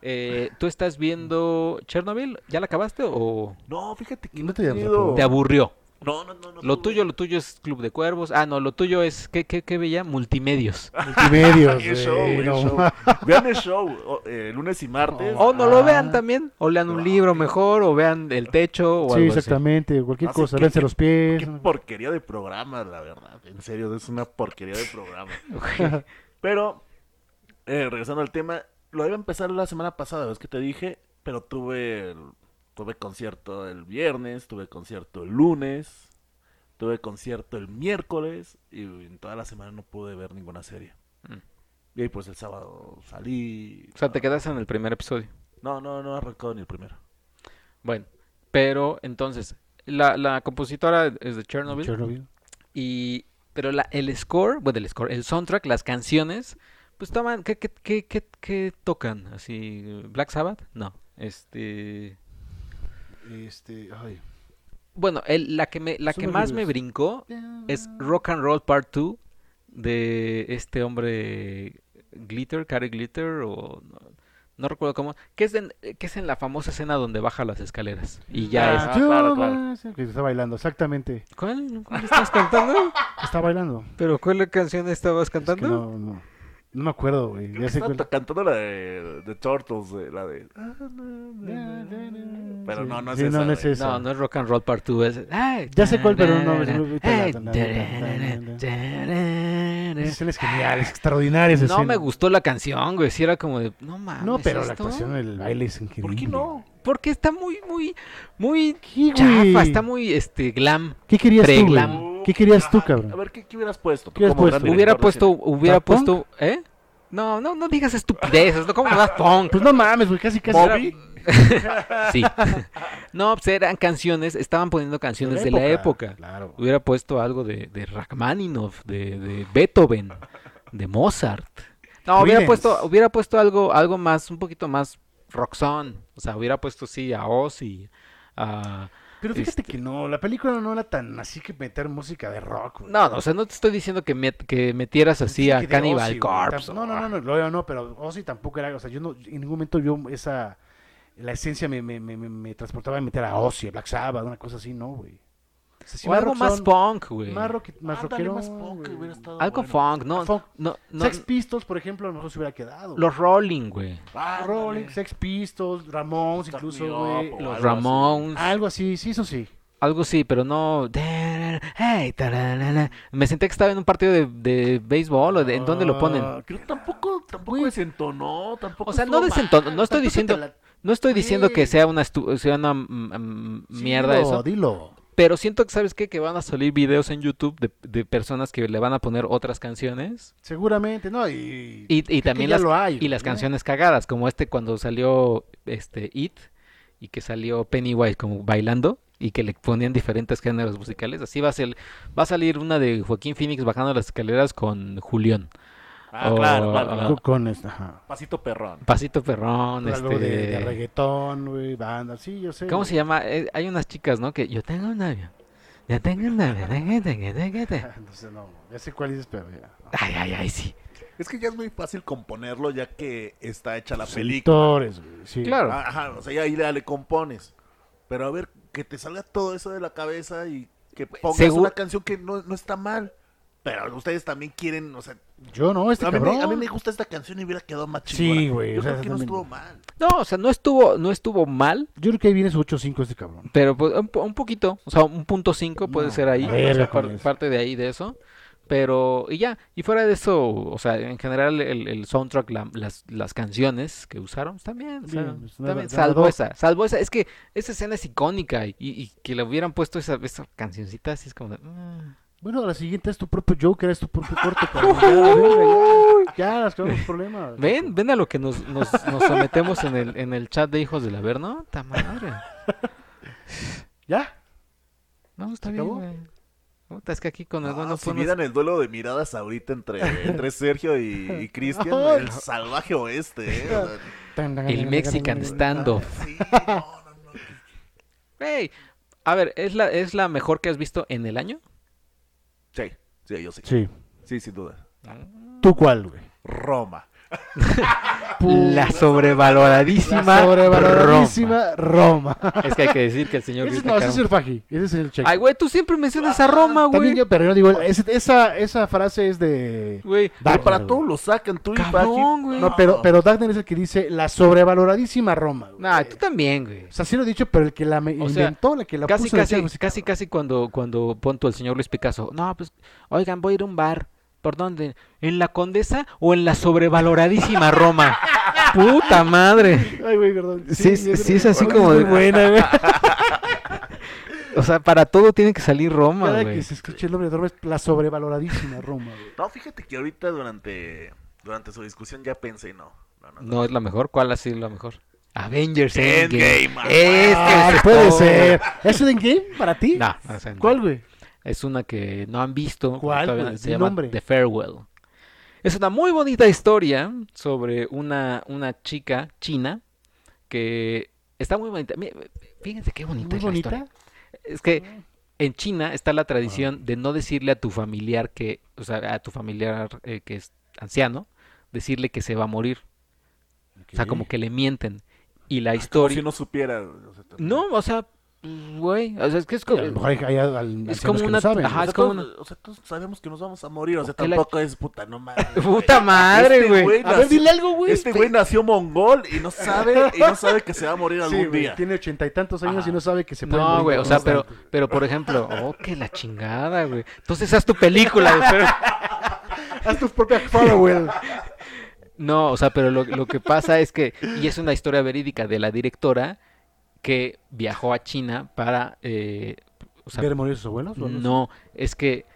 eh, ¿Tú estás viendo Chernobyl? ¿Ya la acabaste o No, fíjate que No no te he llamas a tenido- poder. te aburrió? No, no, no, no Lo tuve. tuyo, lo tuyo es Club de Cuervos. Ah, no, lo tuyo es, ¿qué, qué, qué veía? Multimedios. Multimedios. El show, güey, el no show. mames. Vean el show o- eh, lunes y martes. O Oh, no lo Ah. vean también, o lean un libro mejor, o vean El Techo, o Sí, algo así. exactamente. Cualquier Así cosa. que- Vense los pies. Qué porquería de programa, la verdad. En serio, es una porquería de programa. Ok. Pero, eh, regresando al tema, lo iba a empezar la semana pasada, ¿ves que te dije? Pero tuve, el- tuve concierto el viernes, tuve concierto el lunes, tuve concierto el miércoles y en toda la semana no pude ver ninguna serie. Y pues el sábado salí. O sea, te quedas en el primer episodio. No, no, no arrancó ni el primero. Bueno, pero entonces, la, la compositora es de Chernobyl, Chernobyl. y, pero la, el score, bueno, el score, el soundtrack, las canciones, pues toman, ¿qué, qué, qué, qué, qué tocan? ¿Así Black Sabbath? No, este... Este, ay. Bueno, el- la que, me, la Son que los más me libros. brincó es Rock and Roll Part 2 de este hombre Glitter, Cary Glitter o no, no recuerdo cómo, que es, en, que es en la famosa escena donde baja las escaleras y ya Ah, es... claro, claro. Que está bailando, exactamente. ¿Cuál? ¿Cuál estás cantando? Está bailando. ¿Pero cuál canción estabas Es que cantando? no, no. No me acuerdo, güey. Creo Ya que sé estaba cuál- to- cantando la de, de Turtles, eh, la de... Pero Sí. no, no es Sí, esa. no, no es güey. esa. No, no es Rock and Roll Part 2, es... Ya sé cuál, pero no, no me gusta la- la- la- Esas No escenas geniales, extraordinarias. escenas. me gustó la canción, güey, si era como de... No mames, No, pero la ¿esto? actuación del baile es increíble. ¿Por qué no? Porque está muy, muy, muy ¿Qué, güey? chafa, está muy este glam. ¿Qué querías tú, güey? Preglam. ¿Qué querías tú, Ajá, cabrón? A ver, ¿qué, qué hubieras puesto? Tú ¿Qué hubieras como gran puesto? Hubiera director de puesto, hubiera ¿Daft Punk? puesto, ¿eh? No, no, no digas estupideces, ¿no? ¿Cómo me das punk? Pues no mames, güey, casi casi. Bobby. Sí. No, pues eran canciones, estaban poniendo canciones de la época. Claro. Hubiera puesto algo de, de Rachmaninoff, de, de Beethoven, de Mozart. No, hubiera Creedence. puesto, hubiera puesto algo, algo más, un poquito más rockson. O sea, hubiera puesto sí a Ozzy, a Pero este fíjate que no, la película no era tan así que meter música de rock, güey. No, no, o sea, no te estoy diciendo que, met- que metieras así Sí, Pues a que de Cannibal Ozzy, güey, Corpse. tam- No, no, no, no, no, no, pero Ozzy tampoco era, o sea, yo no, en ningún momento yo esa, la esencia me, me, me, me, me transportaba a meter a Ozzy, a Black Sabbath, una cosa así, no, güey. O, sea, sí, o algo más rockzón, punk, güey. Más, rock, más Ándale, rockero. más punk, güey. hubiera estado Algo bueno. funk, no, Funk. no, no- Sex Pistols, por ejemplo, a lo mejor se hubiera quedado. los Rolling, güey. Ah, Rolling, Sex Pistols, Ramones, Start incluso, Me güey. Up, o Los- Los algo Ramones, Algo así, sí, eso sí. algo sí, pero no. Hey, tararara. Me senté que estaba en un partido de, de béisbol o de, ¿en dónde lo ponen? Ah, Creo que tampoco, tampoco Güey. desentonó, tampoco O sea, estuvo no mal. desentono, no estoy Tampoco diciendo, te la- no estoy diciendo que Güey. sea una, estu- sea una mm, mm, Sí, mierda dilo, eso. Dilo. Pero siento que, ¿sabes qué? Que van a salir videos en YouTube de, de personas que le van a poner otras canciones. Seguramente, ¿no? Y, Y, y creo que también ya las, lo hay, y las ¿no? canciones cagadas, como este cuando salió este It y que salió Pennywise como bailando y que le ponían diferentes géneros musicales. Así va a, ser, va a salir una de Joaquín Phoenix bajando las escaleras con Julián. Ah, O- claro, claro, claro. Con- Con esta, ajá. Pasito perrón. Pasito Perrón, Algo de, este, de reggaetón, güey, banda, sí, yo sé. ¿Cómo güey. se llama? Eh, hay unas chicas, ¿no? Que yo tengo un novio. Yo tengo un novio. No sé, no, ya sé cuál dices, pero ya. Ay, ay, ay, sí. Es que ya es muy fácil componerlo ya que está hecha la Los película. editores, güey, sí. Claro. Ah, Ajá, o sea, ya ahí ya le compones. Pero a ver, que te salga todo eso de la cabeza y que Pues, pongas Segu- una canción que no, no está mal. Pero ustedes también quieren, o sea, Yo no, este a mí, cabrón. me, a mí me gusta esta canción y hubiera quedado más Sí, chingona. güey, Yo o sea, creo que no también- estuvo mal. No, o sea, no estuvo, no estuvo mal, Yo creo que ahí viene su 8-5 este cabrón. pero pues, un, po- un poquito, o sea, un punto cinco puede No, ser ahí, la verga o sea, con par- eso. parte de ahí de eso, pero y ya, y fuera de eso, o sea, en general el, el soundtrack, la- las, las canciones que usaron, también, Bien, pues, nada- nada salvo doc. esa, salvo esa, es que esa escena es icónica y, y- y que le hubieran puesto esa, esa cancioncita así es como de, mm. Bueno, la siguiente es tu propio Joker, es tu propio corte, cabrón. Ya, la verga, ya, ya, las los problemas. ven, ven a lo que nos, nos, nos sometemos en el, en el chat de hijos del Averno, ta madre. Ya, No, está ¿Se bien, acabó? güey. Puta, Es que aquí con el Ah, bueno si fue unas- vieran el duelo de miradas ahorita entre, entre Sergio y, y Cristian, Ay. el salvaje oeste. ¿eh? O sea, el Mexican standoff. sí, no, no, no. Güey, a ver, ¿es la, ¿es la mejor que has visto en el año? Sí, sí, yo sí. Sí, Sí. sin duda. ¿Tú cuál, güey? Roma. La sobrevaloradísima. La sobrevaloradísima Roma. Roma. Es que hay que decir que el señor. Ese es- Luis no, ese es Caro- el Faji. Ese es el check. Ay, güey, tú siempre mencionas a Roma, También güey. yo, pero yo digo, ese- esa, esa frase es de... Güey, Wagner, Pero para güey. todo lo sacan tú y Cabrón, Paki. güey. No, pero, pero Wagner es el que dice la sobrevaloradísima Roma. güey. Nah, tú también, güey. O sea, sí lo he dicho, pero el que la me- O sea, inventó, el que la Casi, puso en el casi, tema, sí, casi, casi cuando, cuando ponto el señor Luis Picasso. No, pues, oigan, voy a ir a un bar. ¿Por dónde? ¿En la Condesa o en la sobrevaloradísima Roma? Puta madre. Ay, güey, perdón. Sí, es- yo creo sí que es así Roma como es de- muy buena, güey. O sea, para todo tiene que salir Roma, Cada que güey. se escuche el nombre de Roma es la sobrevaloradísima Roma, güey. No, fíjate que ahorita durante, durante su discusión ya pensé, no. No, no, no. No es la mejor. ¿Cuál ha sido la mejor? Avengers Endgame. Endgame, Este Ay, es- Ah, puede no. ser. ¿Eso de en qué? ¿Para ti? No, o sea, no. ¿Cuál, güey? Es una que no han visto. ¿Cuál, todavía güey? no- Se Di llama nombre. The Farewell. Es una muy bonita historia sobre una, una chica china que está muy bonita. Mi- Fíjense qué bonita ¿Muy es la bonita? Ah. historia. Es que en China está la tradición de no decirle a tu familiar que, o sea, a tu familiar eh, que es anciano, decirle que se va a morir. O sea, como que le mienten. Y Ah, la Como historia... si no supiera. o sea, también. No, ah, o sea, pues, güey, o sea, es que es A como... lo mejor hay, hay al- ancianos como que no una- saben. O sea, ajá, es como todos- O sea, todos sabemos que nos vamos a morir. O sea, ¿Por qué la- tampoco es puta, no mames. Puta madre, Este güey. güey. A ver, nació- dile algo, güey. Este güey nació mongol y no sabe, y no sabe que se va a morir Sí, algún güey, día. Tiene ochenta y tantos años Ajá. y no sabe que se puede No, morir güey, o sea, pero, constante. pero por ejemplo, oh, que la chingada, güey. Entonces haz tu película, güey. pero- Haz tus propias Farewell. No, o sea, pero lo, lo que pasa es que, y es una historia verídica de la directora que viajó a China para, eh, o sea, ¿Quiere morir sus abuelos? o no, es que,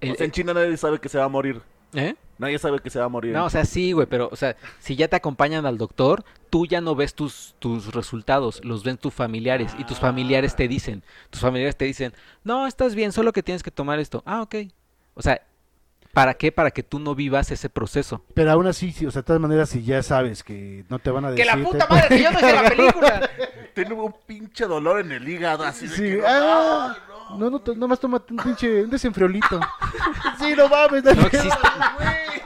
el- O sea, en China nadie sabe que se va a morir. ¿eh? Nadie sabe que se va a morir. No, o sea, sí, güey, pero, o sea, si ya te acompañan al doctor, tú ya no ves tus, tus resultados, los ven tus familiares y tus familiares te dicen, tus familiares te dicen, no, estás bien, solo que tienes que tomar esto. Ah, ok. O sea, ¿para qué? Para que tú no vivas ese proceso. Pero aún así, sí, o sea, de todas maneras, si ya sabes que no te van a decir... te- que yo no hice la película! Tiene un pinche dolor en el hígado, así de Sí, que no, ah, no, no, no, to- nomás toma un pinche, un desenfriolito. sí, no mames. no hay No pedo. existe,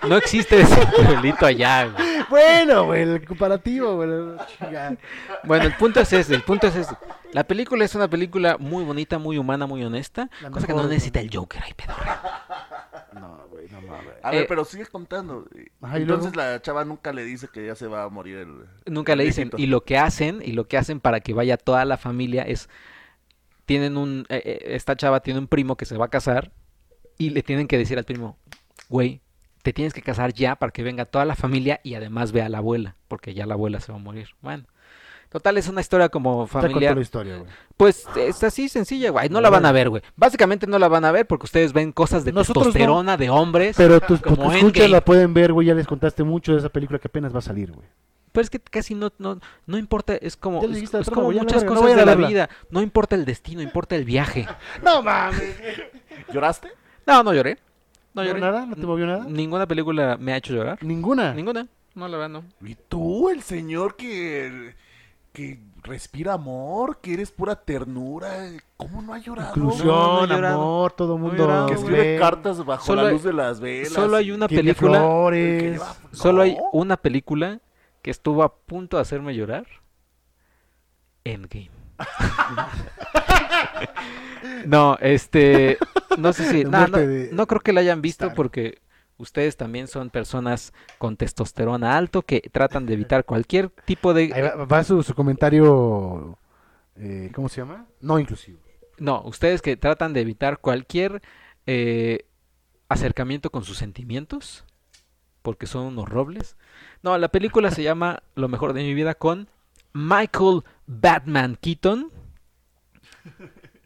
no existe ese delito allá, güey. Bueno, güey, el comparativo, güey. la chingada. Bueno, el punto es ese, el punto es ese. La película es una película muy bonita, muy humana, muy honesta, La cosa que mejor, no güey. necesita el Joker, ay, pedo. No, güey, no mames. A ver, Eh, pero sigue contando. Ajá, ¿y Entonces luego? la chava nunca le dice que ya se va a morir el. Nunca le dicen. viejito. Y lo que hacen, y lo que hacen para que vaya toda la familia es, tienen un, eh, eh, esta chava tiene un primo que se va a casar y le tienen que decir al primo, güey, te tienes que casar ya para que venga toda la familia y además vea a la abuela, porque ya la abuela se va a morir. Bueno, total es una historia como Te contó la familiar. historia, güey. Pues es así sencilla, güey. No la van a ver, güey. Básicamente no la van a ver porque ustedes ven cosas de Nosotros no. testosterona de hombres. Pero... Pero tus Como tus escuchas Endgame. la pueden ver, güey. Ya les contaste mucho de esa película que apenas va a salir, güey. es que casi no, no, no importa, es como, Ya le es, dijiste a es Trama, como güey, ya la muchas verga, no cosas vayan de a la verla. vida. No importa el destino, importa el viaje. No mames. ¿Lloraste? No, no lloré. No ¿No lloré. nada? ¿No te movió nada? Ninguna película me ha hecho llorar. Ninguna. Ninguna. No, la verdad, no. ¿Y tú, el señor que. que respira amor, que eres pura ternura? ¿Cómo no ha llorado? Inclusión, No, no he llorado. amor, todo he mundo. llorado, Que güey. escribe ve, cartas bajo Solo la hay- luz de las velas. Solo hay y- una tiene película. flores. que lleva- Solo hay No. una película que estuvo a punto de hacerme llorar. Endgame. no, este, no sé si, La no, muerte no- de no creo que la hayan visto Stark. porque ustedes también son personas con testosterona alto que tratan de evitar cualquier tipo Ahí de, va, va su, su comentario. eh, ¿Cómo se llama? No inclusivo. no, ustedes que tratan de evitar cualquier eh, acercamiento con sus sentimientos porque son unos robles. No, la película se llama Lo mejor de mi vida con Michael Batman Keaton.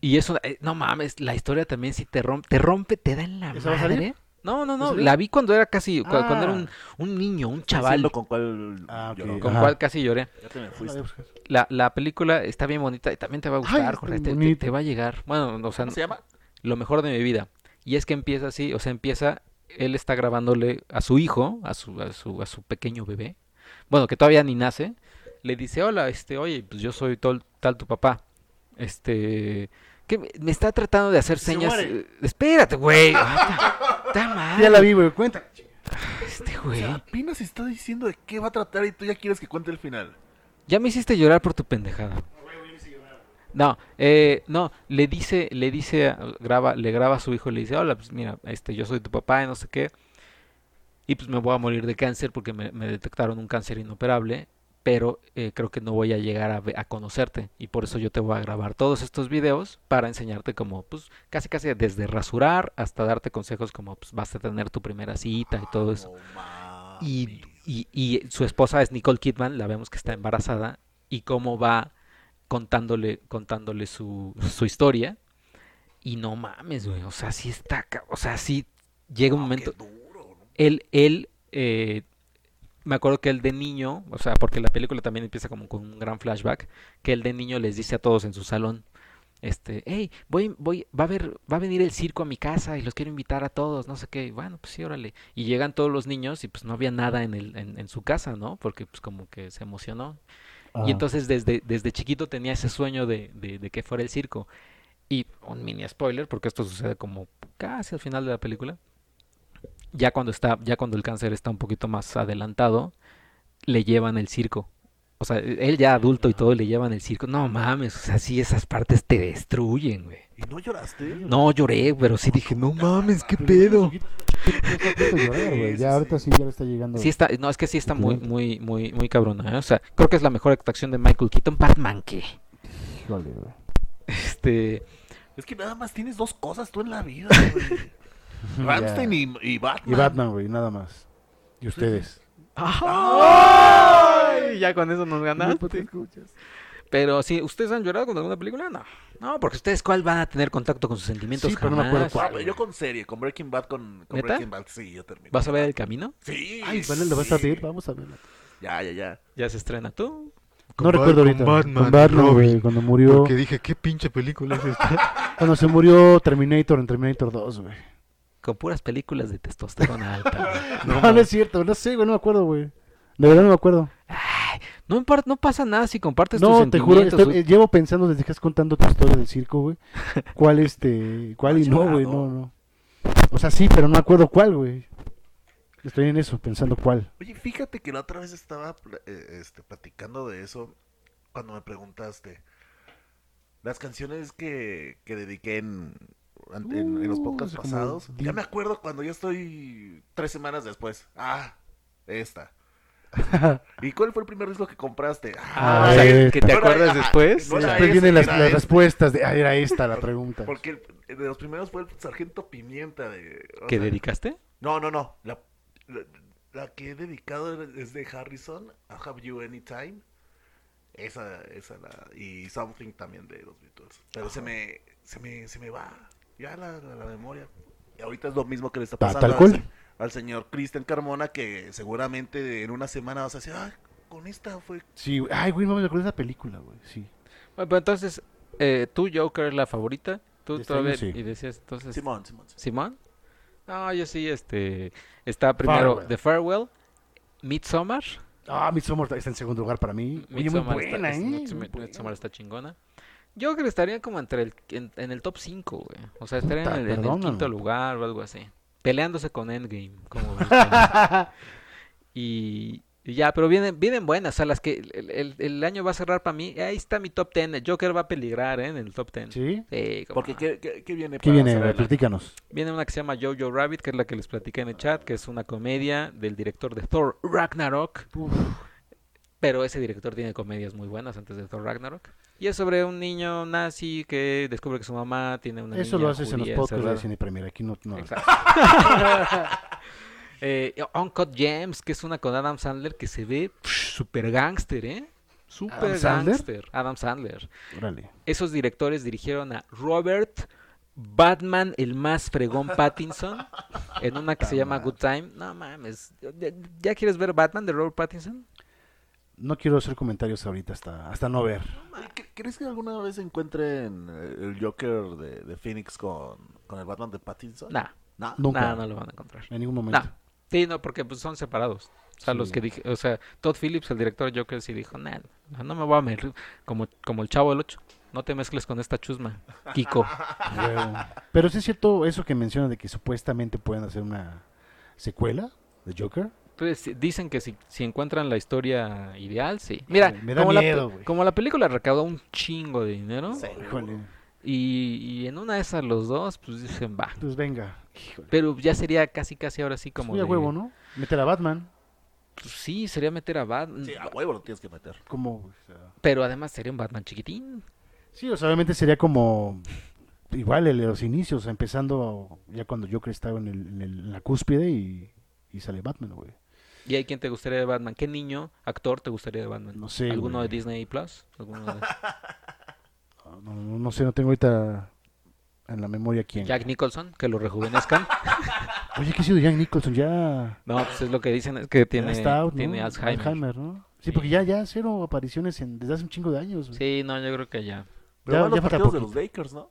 Y eso, eh, no mames, la historia también sí te rompe, te rompe, te da en la ¿Esa va a salir? madre. No, no, ¿Va a no, salir? la vi cuando era casi, cu- Ah. cuando era un, un niño, un chaval, Diciendo con cuál Ah, ok. lloró. con Ajá. cual casi lloré. Ya te me Pues, fuiste. La, la película está bien bonita y también te va a gustar, está Jorge, te- te, bonita. te va a llegar. Bueno, o sea, ¿Cómo se llama? lo mejor de mi vida. Y es que empieza así, o sea, empieza, él está grabándole a su hijo, a su, a su, a su pequeño bebé, bueno, que todavía ni nace, le dice, hola, este, oye, pues yo soy tol- tal tu papá, este, que me- me está tratando de hacer Se señas. muere. eh, Espérate, güey. Ah, ta- ta madre, Ya la vi, güey, cuenta. Este O güey. sea, apenas está diciendo de qué va a tratar y tú ya quieres que cuente el final. Ya me hiciste llorar por tu pendejada. No, eh, no, le dice, le dice, a- graba, le graba a su hijo y le dice, hola, pues mira, este, yo soy tu papá y no sé qué. Y pues me voy a morir de cáncer porque me, me detectaron un cáncer inoperable, pero eh, creo que no voy a llegar a, ve- a conocerte. Y por eso yo te voy a grabar todos estos videos para enseñarte como, pues, casi casi desde rasurar hasta darte consejos como, pues, vas a tener tu primera cita y todo eso. No mames. Pues, Y, y- y su esposa es Nicole Kidman, la vemos que está embarazada, y cómo va contándole, contándole su, su historia. Y no mames, güey. O sea, sí está. ca- O sea, sí llega un momento. Qué duro, ¿no? Él, él, eh, me acuerdo que él de niño, o sea, porque la película también empieza como con un gran flashback, que él de niño les dice a todos en su salón, este, hey, voy, voy, va a ver, va a venir el circo a mi casa y los quiero invitar a todos, no sé qué, bueno, pues sí, órale. Y llegan todos los niños y pues no había nada en el, en, en su casa, ¿no? Porque pues como que se emocionó. Y entonces desde, desde chiquito tenía ese sueño de, de- de que fuera el circo. Y un mini spoiler, porque esto sucede como casi al final de la película. Ya cuando está, ya cuando el cáncer está un poquito más adelantado, le llevan el circo. O sea, él ya adulto y todo, le llevan el circo. No mames, o sea, sí, esas partes te destruyen, güey. ¿Y no lloraste? No lloré, pero sí dije, no mames, qué pedo. Pero- llorar, güey. Sí, Ya sí, ahorita sí, ya le está llegando. Sí está, no, es que sí está muy, Ok. muy, muy, muy cabrona, ¿eh? O sea, creo que es la mejor actuación de Michael Keaton, Batman, que, Híjole, güey. este, Es que nada más tienes dos cosas tú en la vida, güey. Ya. Rammstein y, y Batman. Y Batman, güey, nada más. Y ustedes. ¡Ay! Ya con eso nos ganaste. Pero sí, ¿ustedes han llorado con alguna película? No. No, porque ustedes cuál van a tener contacto con sus sentimientos Sí, pero no me acuerdo jamás? Ah, güey, yo con serie, con Breaking Bad, con, con ¿Neta? Breaking Bad, sí, yo terminé. ¿Vas a ver el camino? Sí. Ay, vale, lo vas a sí. ver, vamos a verla. Ya, ya, ya. Ya se estrena tú. No recuerdo ahorita. Batman, con Batman, Robin. güey, cuando murió. Porque dije, ¿qué pinche película es esta? Cuando se murió Terminator en Terminator 2, güey. Con puras películas de testosterona alta. No, no es cierto, no sé, güey, no me acuerdo, güey. De verdad no me acuerdo. No, impar- no pasa nada si compartes tus No, te juro, sentimientos. estoy- eh, llevo pensando desde que estás contando tu historia del circo, güey. ¿Cuál este, cuál y ¿Has no, güey? llorado? No, no. O sea, sí, pero no me acuerdo cuál, güey. Estoy en eso, pensando cuál. Oye, fíjate que la otra vez estaba pl- eh, este, platicando de eso cuando me preguntaste. Las canciones que, que dediqué en, ante- en- en los Uh, podcasts hace como pasados. Ya diez- me acuerdo cuando ya estoy tres semanas después. Ah, esta. ¿Y cuál fue el primer disco que compraste? Ah, Ah, o sea, eh, que te no era- acuerdas ajá, después. no era Después ese, vienen las, era las este. respuestas de, ah, era esta la pregunta. Porque el- de los primeros fue el Sargento Pimienta de... eh, o ¿Que sea, dedicaste? No, no, no. La, la- la que he dedicado es de Harrison, I Have You Anytime. Esa, esa la... Y Something también de los Beatles. Pero se me, se me, se me va ya la, la- la memoria. Y ahorita es lo mismo que le está Ta- pasando tal al, cual. se- al señor Cristian Carmona que seguramente en una semana vas a decir, ah, con esta fue... Sí, güey. ay, güey, no me acuerdo de esa película, güey. Sí. Bueno, pero entonces, eh, tú, Joker, la favorita. Tú Este todavía. año sí. Y decías, entonces. Simón, Simón. Simón. ¿Simón? No, yo sí, este. Está primero Farewell. The Farewell, Midsommar. Ah, Midsommar está en segundo lugar para mí. Oye, muy Midsommar buena, está, es- ¿eh? Midsommar- Muy buena. Midsommar está chingona. Yo creo que estaría como entre el, en, en el top 5, güey. O sea, estaría en Puta, el, en el perdóname. quinto lugar o algo así. Peleándose con Endgame, como ves. y, y ya, pero vienen, vienen buenas. O sea, las que el, el- el año va a cerrar para mí. Ahí está mi top 10. El Joker va a peligrar, ¿eh? En el top 10. ¿Sí? Sí, cómo Porque no. ¿qué, qué, qué viene ¿Qué para viene? hacer güey? adelante? Platícanos. Viene una que se llama Jojo Rabbit, que es la que les platicé en el chat, que es una comedia del director de Thor Ragnarok. Pero ese director tiene comedias muy buenas antes de Thor Ragnarok. Y es sobre un niño nazi que descubre que su mamá tiene una Eso niña lo haces en los judía podcasts de encerrada. Cine Premier. Aquí no. no. Exacto. Eh, Uncut Gems, que es una con Adam Sandler que se ve psh, super gángster, ¿eh? Super Sandler? gángster. Adam Sandler. Órale. Esos directores dirigieron a Robert Batman, el más fregón Pattinson, en una que se llama Good Time. No mames, ¿ya, ya quieres ver Batman de Robert Pattinson? No quiero hacer comentarios ahorita hasta, hasta no ver. Oye, ¿cre- ¿Crees que alguna vez encuentren eh, el Joker de, de Phoenix con, con el Batman de Pattinson? Nah, No. Nunca. nah, no lo van a encontrar. En ningún momento. No. Sí, no, porque pues, son separados. O sea, Sí. los que dije, o sea, Todd Phillips, el director de Joker, sí dijo, nah, no, no me voy a meter como, como el chavo del 8. No te mezcles con esta chusma, Kiko. Huevo. Pero sí es cierto eso que mencionan de que supuestamente pueden hacer una secuela de Joker. Pues dicen que si, si encuentran la historia ideal, sí. Mira, me da como, la pe- miedo, como güey. la, película recaudó un chingo de dinero Híjole. y, y en una de esas los dos, pues dicen, va. Pues venga. Híjole. Pero ya sería casi, casi ahora sí como... Muy a de- huevo, ¿no? Meter a Batman. Pues sí, sería meter a Batman. Sí, a huevo lo tienes que meter. Como, o sea, Pero además sería un Batman chiquitín. Sí, o sea, obviamente sería como igual el de los inicios, o sea, empezando ya cuando Joker estaba en, el- en el- en la cúspide y, y sale Batman, güey. ¿Y hay quien te gustaría de Batman? ¿Qué niño, actor te gustaría de Batman? No sé, ¿Alguno güey. de Disney Plus? ¿Alguno de... Ah. No, no- no sé, no tengo ahorita en la memoria quién. Jack Nicholson, que lo rejuvenezcan. Oye, ¿qué ha sido Jack Nicholson? Ya No, pues es lo que dicen, es que tiene, está out, ¿no? tiene Alzheimer. ¿no? Sí, Sí. porque ya, ya cero apariciones en- desde hace un chingo de años. güey. Sí, no, yo creo que ya. Pero Ya- van los ya falta partidos de los poquito. Lakers, ¿no?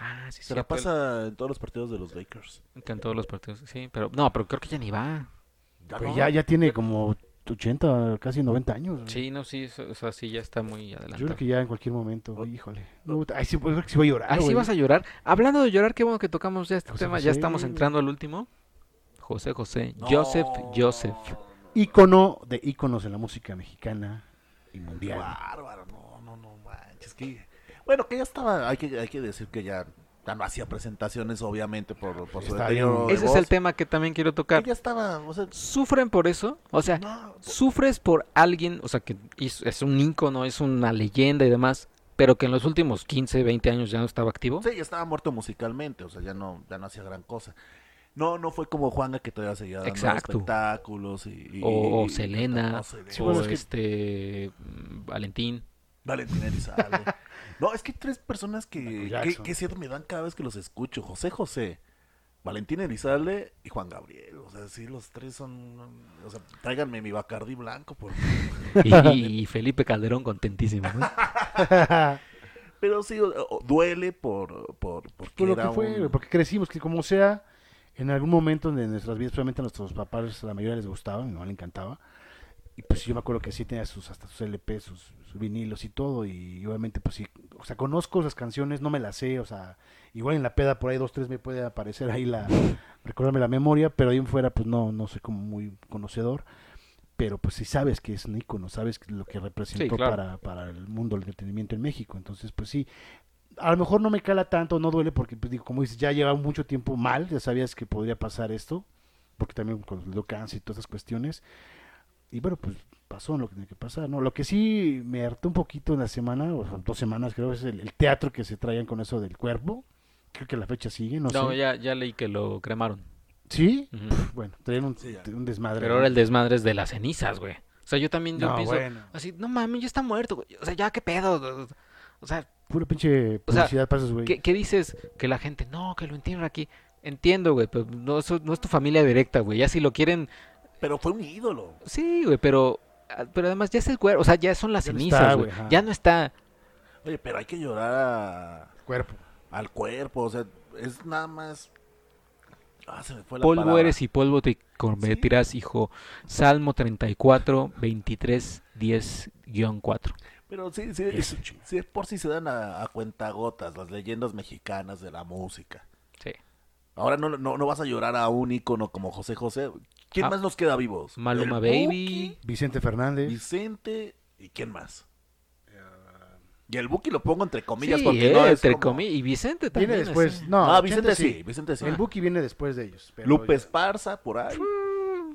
Ah, sí, Se la pasa en todos los partidos de los Lakers. Que en todos los partidos, sí, pero no, pero creo que ya ni va. Ya Pero no. Pues ya, ya tiene como 80, casi 90 años. güey. Sí, no, sí, o sea, sí, ya está muy Yo creo adelantado. que ya en cualquier momento, Oh. güey, híjole. No, ay, sí, pues, creo que sí voy a llorar. Ahí sí güey. vas a llorar. Hablando de llorar, qué bueno que tocamos ya este José tema, José. ya estamos entrando al último. José José, No. Joseph Joseph. Ícono de íconos de la música mexicana y Qué mundial. bárbaro, no, no, no manches. Que... Bueno, que ya estaba, hay que, hay que decir que ya, ya no hacía presentaciones, obviamente, por, por su Está bien. deterioro de Ese es el voz. tema que también quiero Que tocar. Ya estaba, o sea, ¿Sufren por eso? O sea, no, sufres por alguien, o sea, que hizo- es un ícono, es una leyenda y demás, pero que en los últimos 15, 20 años ya no estaba activo. Sí, ya estaba muerto musicalmente, o sea, ya no, ya no hacía gran cosa. No, no fue como Juanga que todavía seguía dando Exacto. espectáculos y, y- O, o y- Selena, no, Selena. Sí, o bueno, es que- este mm, Valentín. Valentín Elizalde. no, es que hay tres personas que, Michael que, Jackson. que siempre me dan cada vez que los escucho. José José, Valentín Elizalde y Juan Gabriel. O sea, sí, los tres son... O sea, tráiganme mi Bacardí blanco, por favor. Y, y Felipe Calderón contentísimo. ¿no? Pero sí, o- o- duele por... por porque Por Pues lo era que fue, un- güey, porque crecimos, que como sea, en algún momento de nuestras vidas, solamente a nuestros papás, a la mayoría les gustaba, a mi mamá le encantaba. Y pues yo me acuerdo que sí tenía sus, hasta sus LP, sus, sus vinilos y todo. Y obviamente, pues sí, o sea, conozco esas canciones, no me las sé, o sea, igual en la peda por ahí dos, tres me puede aparecer ahí la, recordarme la memoria, pero ahí en fuera, pues no, no soy como muy conocedor. Pero pues sí sabes que es un ícono, sabes lo que representó claro. para, para el mundo del entretenimiento en México. Entonces, pues sí, a lo mejor no me cala tanto, no duele porque, pues, digo, como dices, ya lleva mucho tiempo mal, ya sabías que podría pasar esto, porque también con lo cáncer y todas esas cuestiones. Y bueno, pues pasó lo que tenía que pasar, ¿no? Lo que sí me hartó un poquito en la semana, o sea, dos semanas creo, es el, el teatro que se traían con eso del cuerpo. Creo que la fecha sigue, no, No, sé. ya, ya leí que lo cremaron. ¿Sí? Ujú. Bueno, traían un, Sí, ya. un desmadre. Pero ahora el desmadre es de las cenizas, güey. O sea, yo también yo No, pienso bueno. así, no mames, ya está muerto, güey. O sea, ya qué pedo. O sea, Pura pinche O sea, publicidad para esos ¿Qué, güey. qué dices? Que la gente, no, que lo entierran aquí. Entiendo, güey, pero no, eso no es tu familia directa, güey. Ya si lo quieren, Pero fue un ídolo. sí, güey, pero, ah, pero además ya es el cuerpo, o sea, ya son las Ya no cenizas, está, güey. güey, ajá. Ya no está. Oye, pero hay que llorar a- Cuerpo. al cuerpo, o sea, es nada más... Ah, se me fue la polvo palabra. eres y polvo te convertirás, hijo. Salmo 34, 23, 10, 4. Pero sí, sí, Eso, sí, chinga. sí, por si se dan a, a cuentagotas las leyendas mexicanas de la música. Sí. Ahora no, no, no vas a llorar a un ícono como José José. ¿Quién Ah. más nos queda vivos? Maluma El Baby. Vicente Fernández. Buki, Vicente y ¿quién más? Eh, Y el Buki lo pongo entre comillas Sí, porque eh, no es entre como- comi- Y Vicente también. Viene así. después. No, Ah, Vicente sí, sí. Vicente sí. Ah. Ah, El Buki viene después de ellos. pero- Lupe Esparza, por ahí.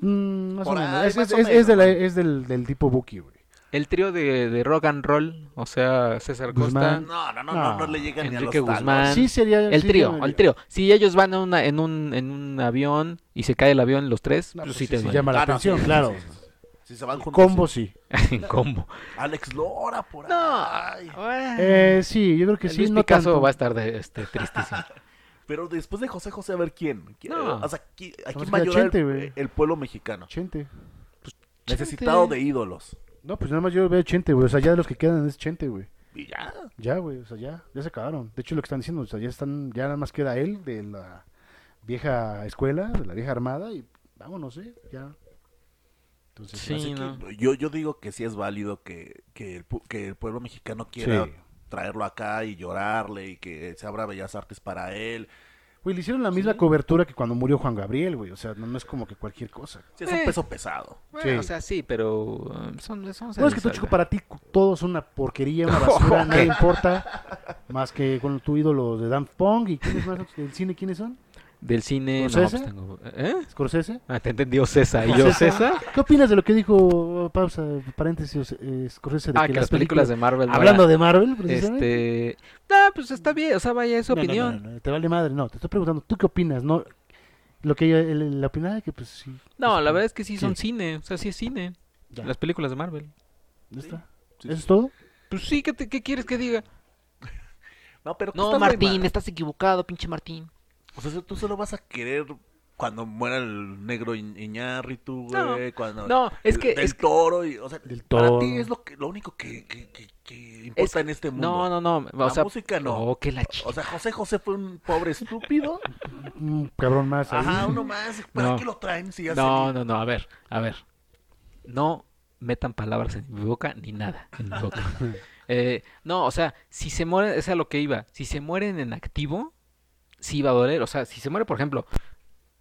Mm, más o Por menos. ahí, Es, más es- o es- menos, es de la- ¿no? es del, del tipo Buki, güey. El trío de, de rock and roll, o sea, César Costa. Guzmán. No, no, no, no, no le llegan ni a los Ah, Enrique talos. Guzmán. Sí sería... Ah, El sí trío, llamaría- el trío. Si ellos van en, una- en, un, en un avión y se cae el avión los tres, No, pues pues sí sí, te sí duele. llama la Ah, no, atención, sí, claro. sí, sí, sí. Si se van juntos. Combo sí. en combo. sí. Alex Lora, por ahí. Eh, sí, yo creo que El sí. Luis no Picasso tanto. va a estar de, este, tristísimo. Pero después de José José, a ver quién. ¿Quién- No. O sea, ¿qui- ¿a Nomás quién va a queda llorar Chente, el, güey. el pueblo mexicano? Chente. Necesitado de ídolos. No, pues nada más yo veo Chente, güey. O sea, ya de los que quedan es Chente, güey. Y ya. Ya, güey. O sea, ya. Ya se acabaron. De hecho, lo que están diciendo, o sea, ya están... Ya nada más queda él de la vieja escuela, de la vieja armada y vámonos, ¿eh? Ya. Entonces, Sí, así- Así que no. yo, yo digo que sí es válido que, que, el, pu- que el pueblo mexicano quiera Sí. traerlo acá y llorarle y que se abra Bellas Artes para él. Güey, le hicieron la misma cobertura que cuando murió Juan Gabriel, güey. O sea, no, no es como que cualquier cosa. Sí, es un Eh. peso pesado. Bueno, Sí. o sea, sí, pero um, son, son No, es que tú, salsa. chico, para ti cu- todo es una porquería, una basura, no importa. Más que con tu ídolo de Daft Punk y ¿quiénes más del cine, ¿quiénes son? Del cine... No, ¿Scorsese? pues tengo... ¿Eh? ¿Scorsese? Ah, te entendió César. ¿Y yo César? ¿Qué opinas de lo que dijo, pausa, paréntesis, eh, Scorsese? De Ah, que, las películas de Marvel... no Hablando eran- de Marvel, precisamente. Este... Ah, pues está bien. O sea, vaya, es su No, no, opinión. no, no, te vale madre, no, te estoy preguntando, ¿tú qué opinas? No, lo que ella, él- la opinaba que pues sí. No, Este, pues, la verdad es que sí son Sí. cine, o sea, sí es cine. Ya, Las películas de Marvel. ya está. Sí, ¿Eso sí. es todo? Pues sí, ¿qué, te- qué quieres que diga? No, pero tú No, estás muy Martín, mal. estás equivocado, pinche Martín. O sea, tú solo vas a querer cuando muera el negro Iñ- Iñárritu, güey. cuando No, es el- que... del Es, toro y, o sea, Del para toro. ti es lo que lo único que, que- que- que importa en este mundo. no, no, no. O La sea, música no. Oh, que la chica. O sea, José José fue un pobre estúpido. Un cabrón más ahí. Ajá, uno más. ¿Para No. qué lo traen si ya No, se- no, no, a ver, a ver. No metan palabras en mi boca ni nada en mi boca. Eh, no, o sea, si se mueren, es a lo que iba. Si se mueren en activo, sí va a doler. O sea, si se muere, por ejemplo,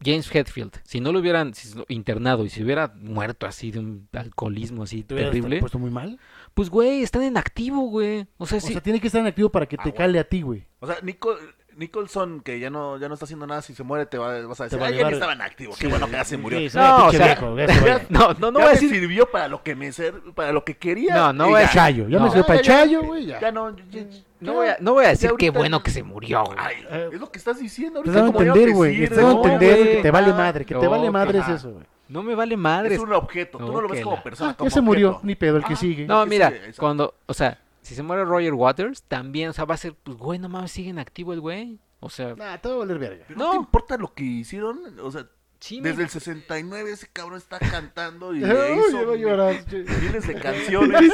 James Hetfield, si no lo hubieran si lo- internado y se hubiera muerto así de un alcoholismo así Te hubieras terrible, pues, puesto muy mal. güey, están en activo, güey. O sea, O sí. sea, tiene que estar en activo para que Ah, te bueno. cale a ti, güey. O sea, Nico- Nicholson, que ya no, ya no está haciendo nada, si se muere te va- vas a decir, va a "Ay, ya ni llevar- estaba en activo, qué bueno que ya se murió. Sí, Ya sí, pinche o sea, viejo, ya se vaya. no, no, no me voy a decir. sirvió para lo que me ser- para lo que quería. No, no y voy a ya. decir- Chayo, ya No. me Ya, sirve para ya, el chayo, güey. ya. Ya no, ya- ya- No voy, a, no voy a decir qué ahorita- bueno que se murió, güey. Ay, es lo que estás diciendo. Te ahorita, dan a como ya Eh, pues entender, no te güey. sirve, Te dan a no, entender güey. que te vale madre, que te No, vale que- madre es ajá. eso, güey. No me vale Es madres. un objeto, tú no lo ves Ok, como la- persona. Ah, como ya se murió, objeto. ni pedo, el que Ah, sigue. No, que mira, sigue, exacto. cuando, o sea, si se muere Roger Waters, también, o sea, va a ser, pues, güey, no mames, sigue en activo el güey. O sea, Nah, todo va a valer verga. Pero no. te No. importa lo que hicieron, o sea, sí, me- desde el 69 ese cabrón está cantando y le Uy, hizo ya voy a mi- llorar. miles de canciones.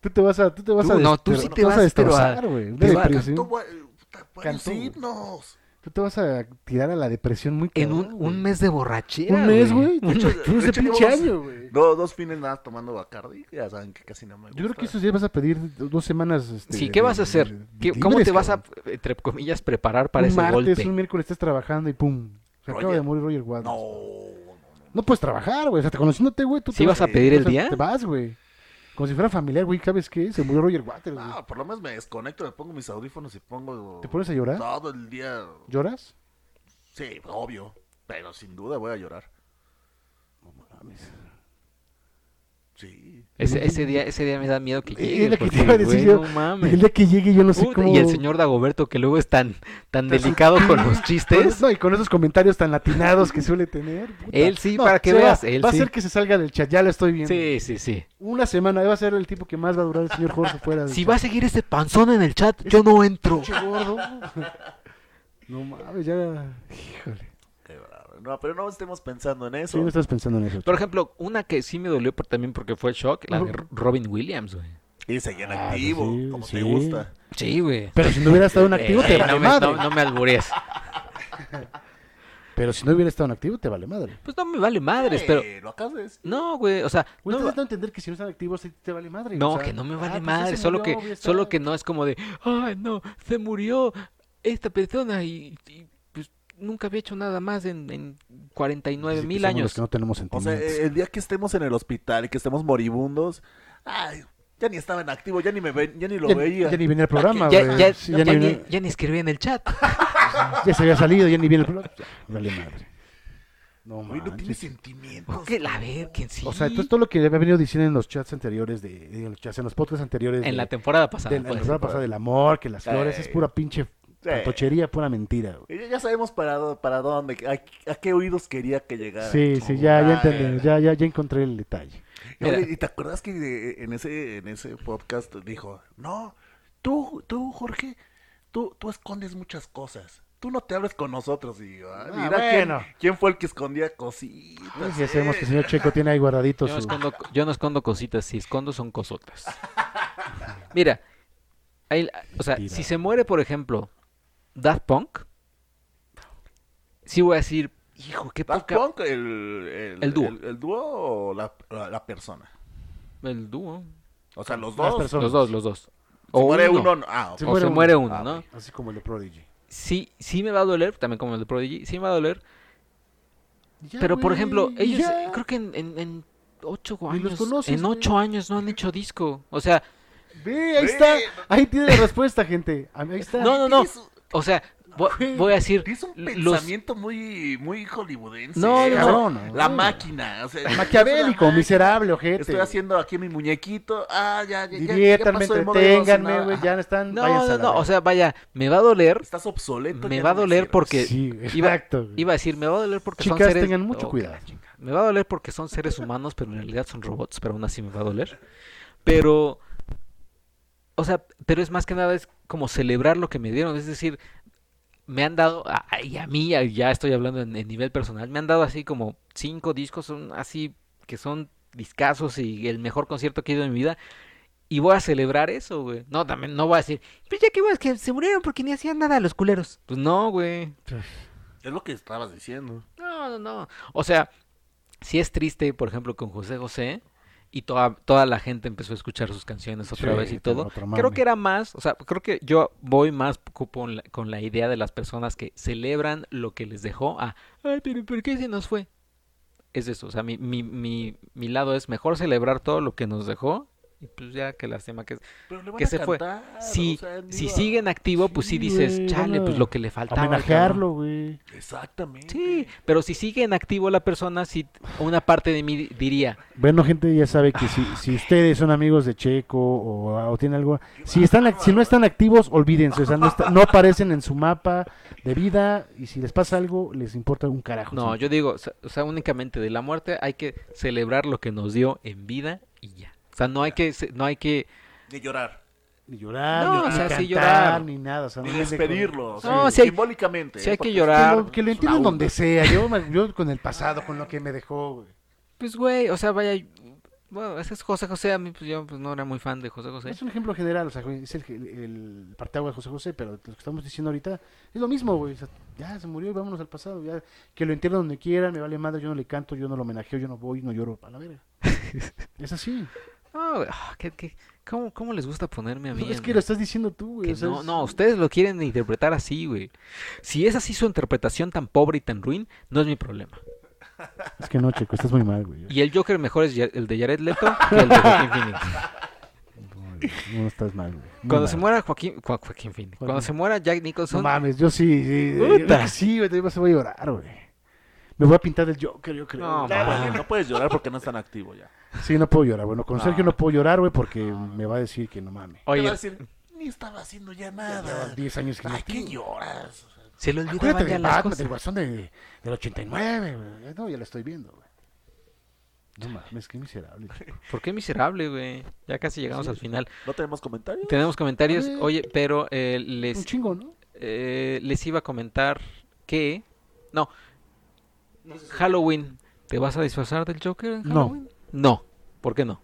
Tú te vas a, tú te vas Tú, a no, tú dester- sí te vas a vas, pero a- destrozar, güey. una Pero depresión. cantó, güey, puta, varios Cantó, güey. himnos. Tú te vas a tirar a la depresión muy en cabrón, un, güey. un mes de borrachera. Un mes, güey. De hecho, de Ese hecho, llevo pinche dos- año, güey. do- dos fines nada tomando Bacardi, ya saben que casi no me gusta. Yo creo que esos días vas a pedir dos semanas. este, Sí, ¿qué vas a hacer? de- ¿Qué- libres, ¿Cómo te vas a, cabrón. entre comillas, preparar para un ese martes, golpe? un miércoles estás trabajando y pum. Se acaba Roger. de morir Roger Waters. No, No puedes trabajar, güey. O sea, te conociéndote, güey. Tú ¿Sí vas a pedir o el sea, día? Te vas, güey. Como si fuera familiar, güey. ¿Sabes qué? Se murió Roger Waters, no, güey. Ah, no, por lo menos me desconecto, me pongo mis audífonos y pongo ¿Te pones a llorar? todo el día. ¿Lloras? Sí, obvio, pero sin duda voy a llorar. Sí. Ese, ese día, ese día me da miedo que Es llegue, lo que te porque, iba a decir güey, yo. no El mames. día que llegue, yo no sé Puta, cómo. Y el señor Dagoberto, que luego es tan, tan delicado con los Con- chistes. no, y con esos comentarios tan latinados que suele tener. puta. Él sí, No, para que se va- veas, él va sí. a ser que se salga del chat, ya lo estoy viendo. Sí, sí, sí. Una semana, va a ser el tipo que más va a durar el señor Jorge fuera del Si chat. va a seguir ese panzón en el chat, yo no entro. Pinche gordo. No mames, ya. Híjole. Qué bravo. No, pero no estemos pensando en Sí, eso. pues, no estás pensando en eso. Por ejemplo, una que sí me dolió por- también porque fue shock, la de Ujú. Robin Williams, güey. Y seguían Ah, activo, pues sí, como sí. te gusta. Sí, güey. Pero si no hubiera estado en activo, Eh, te eh, vale no, me, madre. no- no me alburees. Pero si no hubiera estado en activo, te vale madre. Pues no me vale madres, Eh, pero. Lo acabas de decir. No, güey, o sea, Güey, no, estás dando a entender que si no están activos, sí te vale madre. no, o sea, que no me vale ah, pues ya se madres, solo murió, que, ya está. solo que no es como de, ay, no, se murió esta persona y, y, pues nunca había hecho nada más en, en 49 Dicen Pues que mil somos los años. que no tenemos O sea, sentimientos. eh, el día que estemos en el hospital y que estemos moribundos, ay, ya ni estaba en activo, ya ni me ve- ya ni lo ya, veía. ya ni venía el programa, Ya, güey. ya- Sí, ya ya ni ni, venía- ya ni escribí en el chat. ya se había salido, ya ni viene el programa. Ya, Vale madre. No Güey, no tiene manches. sentimientos. Que la ver, que sí. O sea, entonces todo lo que había venido diciendo en los chats anteriores, de, en los chats, en los podcasts anteriores. en de- la temporada de pasada. la pues. temporada pasada del amor, que las flores, Ey. es pura pinche pantochería, pura mentira, güey. Y Ya ya sabemos para, dó- para dónde, a, a qué oídos quería que llegara. Sí, sí, ya, ya Ah, entendí, ya, ya, ya encontré el detalle. Y, oye, Mira. ¿y te acuerdas que de- en ese, en ese podcast dijo, no, tú, tú, Jorge, tú, tú escondes muchas cosas. Tú no te abres con nosotros. Y yo, ah, Ah, mira bueno. quién, quién fue el que escondía A ver cositas. si hacemos que eh. el señor Checo tiene ahí guardadito Yo no, su- escondo, yo no escondo cositas, si escondo son cosotas. Mira, ahí- o sea, Mentira. si se muere, por ejemplo, Daft Punk, sí voy a decir, hijo, qué Daft poca... Punk, el, el, El dúo. El, el dúo o la, la, la persona. El dúo. O sea, los Las dos. personas. Los dos, los dos. O muere uno. uno. no- Ah, ok. o se muere uno, Ah, ¿no? ok. Así como el de Prodigy. Sí, sí me va a doler, también como el de Prodigy, sí me va a doler. pero, por ejemplo, ellos eh, creo que en, en, en ocho Ni los años, conoces, en güey. ocho años no han hecho disco. O sea, Ve, ahí Ve. está. Ahí tiene la respuesta, gente. Ahí está. no, no, no. Tienes- O sea, vo- Güey, voy a decir, Tienes un los, pensamiento muy, muy hollywoodense. No, eh, no, cabrón. no. La máquina. o sea, Maquiavélico, es una miserable, ojete. Estoy haciendo aquí mi muñequito. Ah, ya, ya, ya. Diviértanme, ya pasó de moda, no entreténganme, hace güey. nada. Ya no están. no, váyanse a no, la no, o verga. sea, vaya, me va a doler, Estás obsoleto. me ya va a no doler sirves. porque Sí, iba- exacto. güey. iba a decir, me va a doler porque son Chicas, seres tengan mucho Oh, que la cuidado. chinga. Me va a doler porque son seres humanos, pero en realidad son robots, pero aún así me va a doler. Pero o sea, pero es más que nada es como celebrar lo que me dieron, es decir, me han dado, a- a- y a mí, a- ya estoy hablando en, en nivel personal, me han dado así como cinco discos, son así que son discazos y el mejor concierto que he ido en mi vida. Y voy a celebrar eso, güey. No, también no voy a decir, Pero ya que bueno, es que se murieron porque ni hacían nada los culeros. pues no, güey. Es lo que estabas diciendo. No, no, no. O sea, si es triste, por ejemplo, con José José y toda, toda la gente empezó a escuchar sus canciones otra Sí, vez y otro- todo. otro Creo mame. que era más, o sea, creo que yo voy más cu- con la, con la idea de las personas que celebran lo que les dejó a, ay, pero ¿por qué se nos fue? Es eso, o sea, mi, mi, mi, mi lado es mejor celebrar todo lo que nos dejó y pues ya que lástima que... Pero le van Que a se fue. cantar, Si, o sea, ni si va- siguen activo, pues sí Sí, dices, güey, chale, van pues a lo que le faltaba. cabrón". Homenajearlo, güey. Exactamente. Sí, pero si sigue en activo la persona, si una parte de mí di- diría, Bueno, gente ya sabe que si, si ustedes son amigos de Checo o, o tienen algo, si están ac- si no están activos, olvídense, o sea, no, está- no aparecen en su mapa de vida y si les pasa algo, les importa un carajo. no, ¿sí? yo digo, sa- o sea, únicamente de la muerte hay que celebrar lo que nos dio en vida y ya. O sea, no hay que, ce- no hay que, Ni llorar. ni llorar, No, ni, o sea, cantar, sí llorar. ni nada, o sea, Ni no es de- despedirlo. o sea, No, si hay- simbólicamente. si ¿eh? hay que Porque- Que llorar, lo, que lo entiendan donde sea, yo, me- yo con el pasado, con lo que me dejó, güey. pues güey, o sea, vaya, bueno, ese es José José, a mí pues yo pues, no era muy fan de José José. Es un ejemplo general, o sea, güey, es el, el, el parteaguas de José José, pero lo que estamos diciendo ahorita es lo mismo, güey. o sea, ya se murió y vámonos al pasado, ya que lo entierren donde quieran, me vale madre, yo no le canto, yo no lo homenajeo, yo no voy, no lloro, a la verga. es así. No, güey, ah, ¿qué- qué- cómo, cómo les gusta ponerme a mí? es en- que lo estás diciendo tú, güey. que o sea, no, es- no, ustedes lo quieren interpretar así, güey. Si es así su interpretación tan pobre y tan ruin, no es mi problema. Es que no, Checo, estás muy mal, güey. Y el Joker mejor es Ya- el de Jared Leto que el de Joaquín Phoenix. No, no estás mal, güey. Muy Cuando mal. se muera Joaquín, Joa- Joaquín Phoenix. Cuando Joaquín. se muera Jack No Nicholson, mames, yo sí, sí. eh, yo creo que Sí, güey, te vas a voy a llorar, güey. Me voy a pintar el Joker, yo creo. No, güey. Ah, bueno, no puedes llorar porque no están activo ya. Sí, no puedo llorar. Bueno, con No. Sergio no puedo llorar, güey, porque me va a decir que no mames. Te va a oye, decir, ni estaba haciendo ya Llevan nada. 10 años que no ¿A qué activo. lloras? se le Acuérdate olvidaban ya del las Batman, del cosas. Guasón de, del 89, güey. No, ya la estoy viendo, güey. No mames, qué miserable. chico. ¿Por qué miserable, güey? Ya casi llegamos al final. ¿No tenemos comentarios? Tenemos comentarios. ver. Oye, pero eh, Un les, chingo, ¿no? eh, les iba a comentar que... No. Halloween. ¿Te vas a disfrazar del Joker en No. Halloween? No. ¿Por qué no?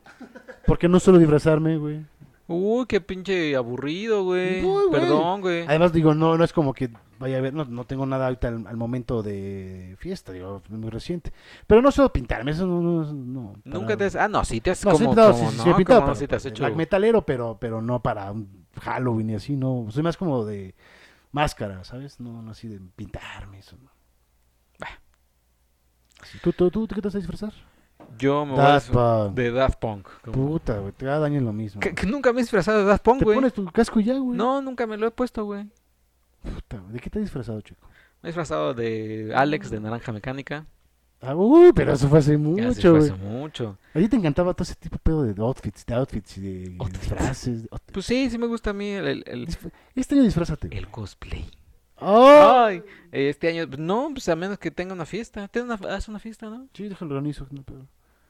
¿Por qué no suelo disfrazarme, güey? Uy, qué pinche aburrido, güey. No, güey. Perdón, güey. Además, digo, no, no es como que vaya a ver, no, no tengo nada ahorita al, al momento de fiesta, digo, muy reciente. Pero no suelo pintarme, eso no. no, no, para- Nunca te has... Ah, no, sí te has... No, Pues, sí he como, pintado, como sí, sí, no, sí he pintado, como no, pero sí te has de hecho... black metalero, pero, pero no para un Halloween y así, no. Soy más como de máscara, ¿sabes? No, no así de pintarme, eso no. Bah. Sí, ¿Tú, tú, tú, ¿tú qué te vas a disfrazar? Yo me voy a Daft disfra- Punk. de Daft Punk. como- Puta, güey, te da daño en lo mismo. Que, que nunca me he disfrazado de Daft Punk, Te güey. pones tu casco y ya, güey. No, nunca me lo he puesto, güey. Me Puta, güey, ¿De qué te has disfrazado, chico? he disfrazado de Alex de Naranja Mecánica. Ah, uy, pero eso fue hace Ya se mucho, fue güey. hace mucho. A ti te encantaba todo ese tipo de pedo de outfits, de outfits y de Outfits. disfraces. de outfits. Pues sí, sí me gusta a mí el, el, el- Disfra- Este año disfrázate. güey. el cosplay. ¡Oh! Ay, eh, este año, no, pues a menos que tenga una fiesta. Ten una, haz una fiesta, ¿no? Sí, déjalo organizo. no hay pedo.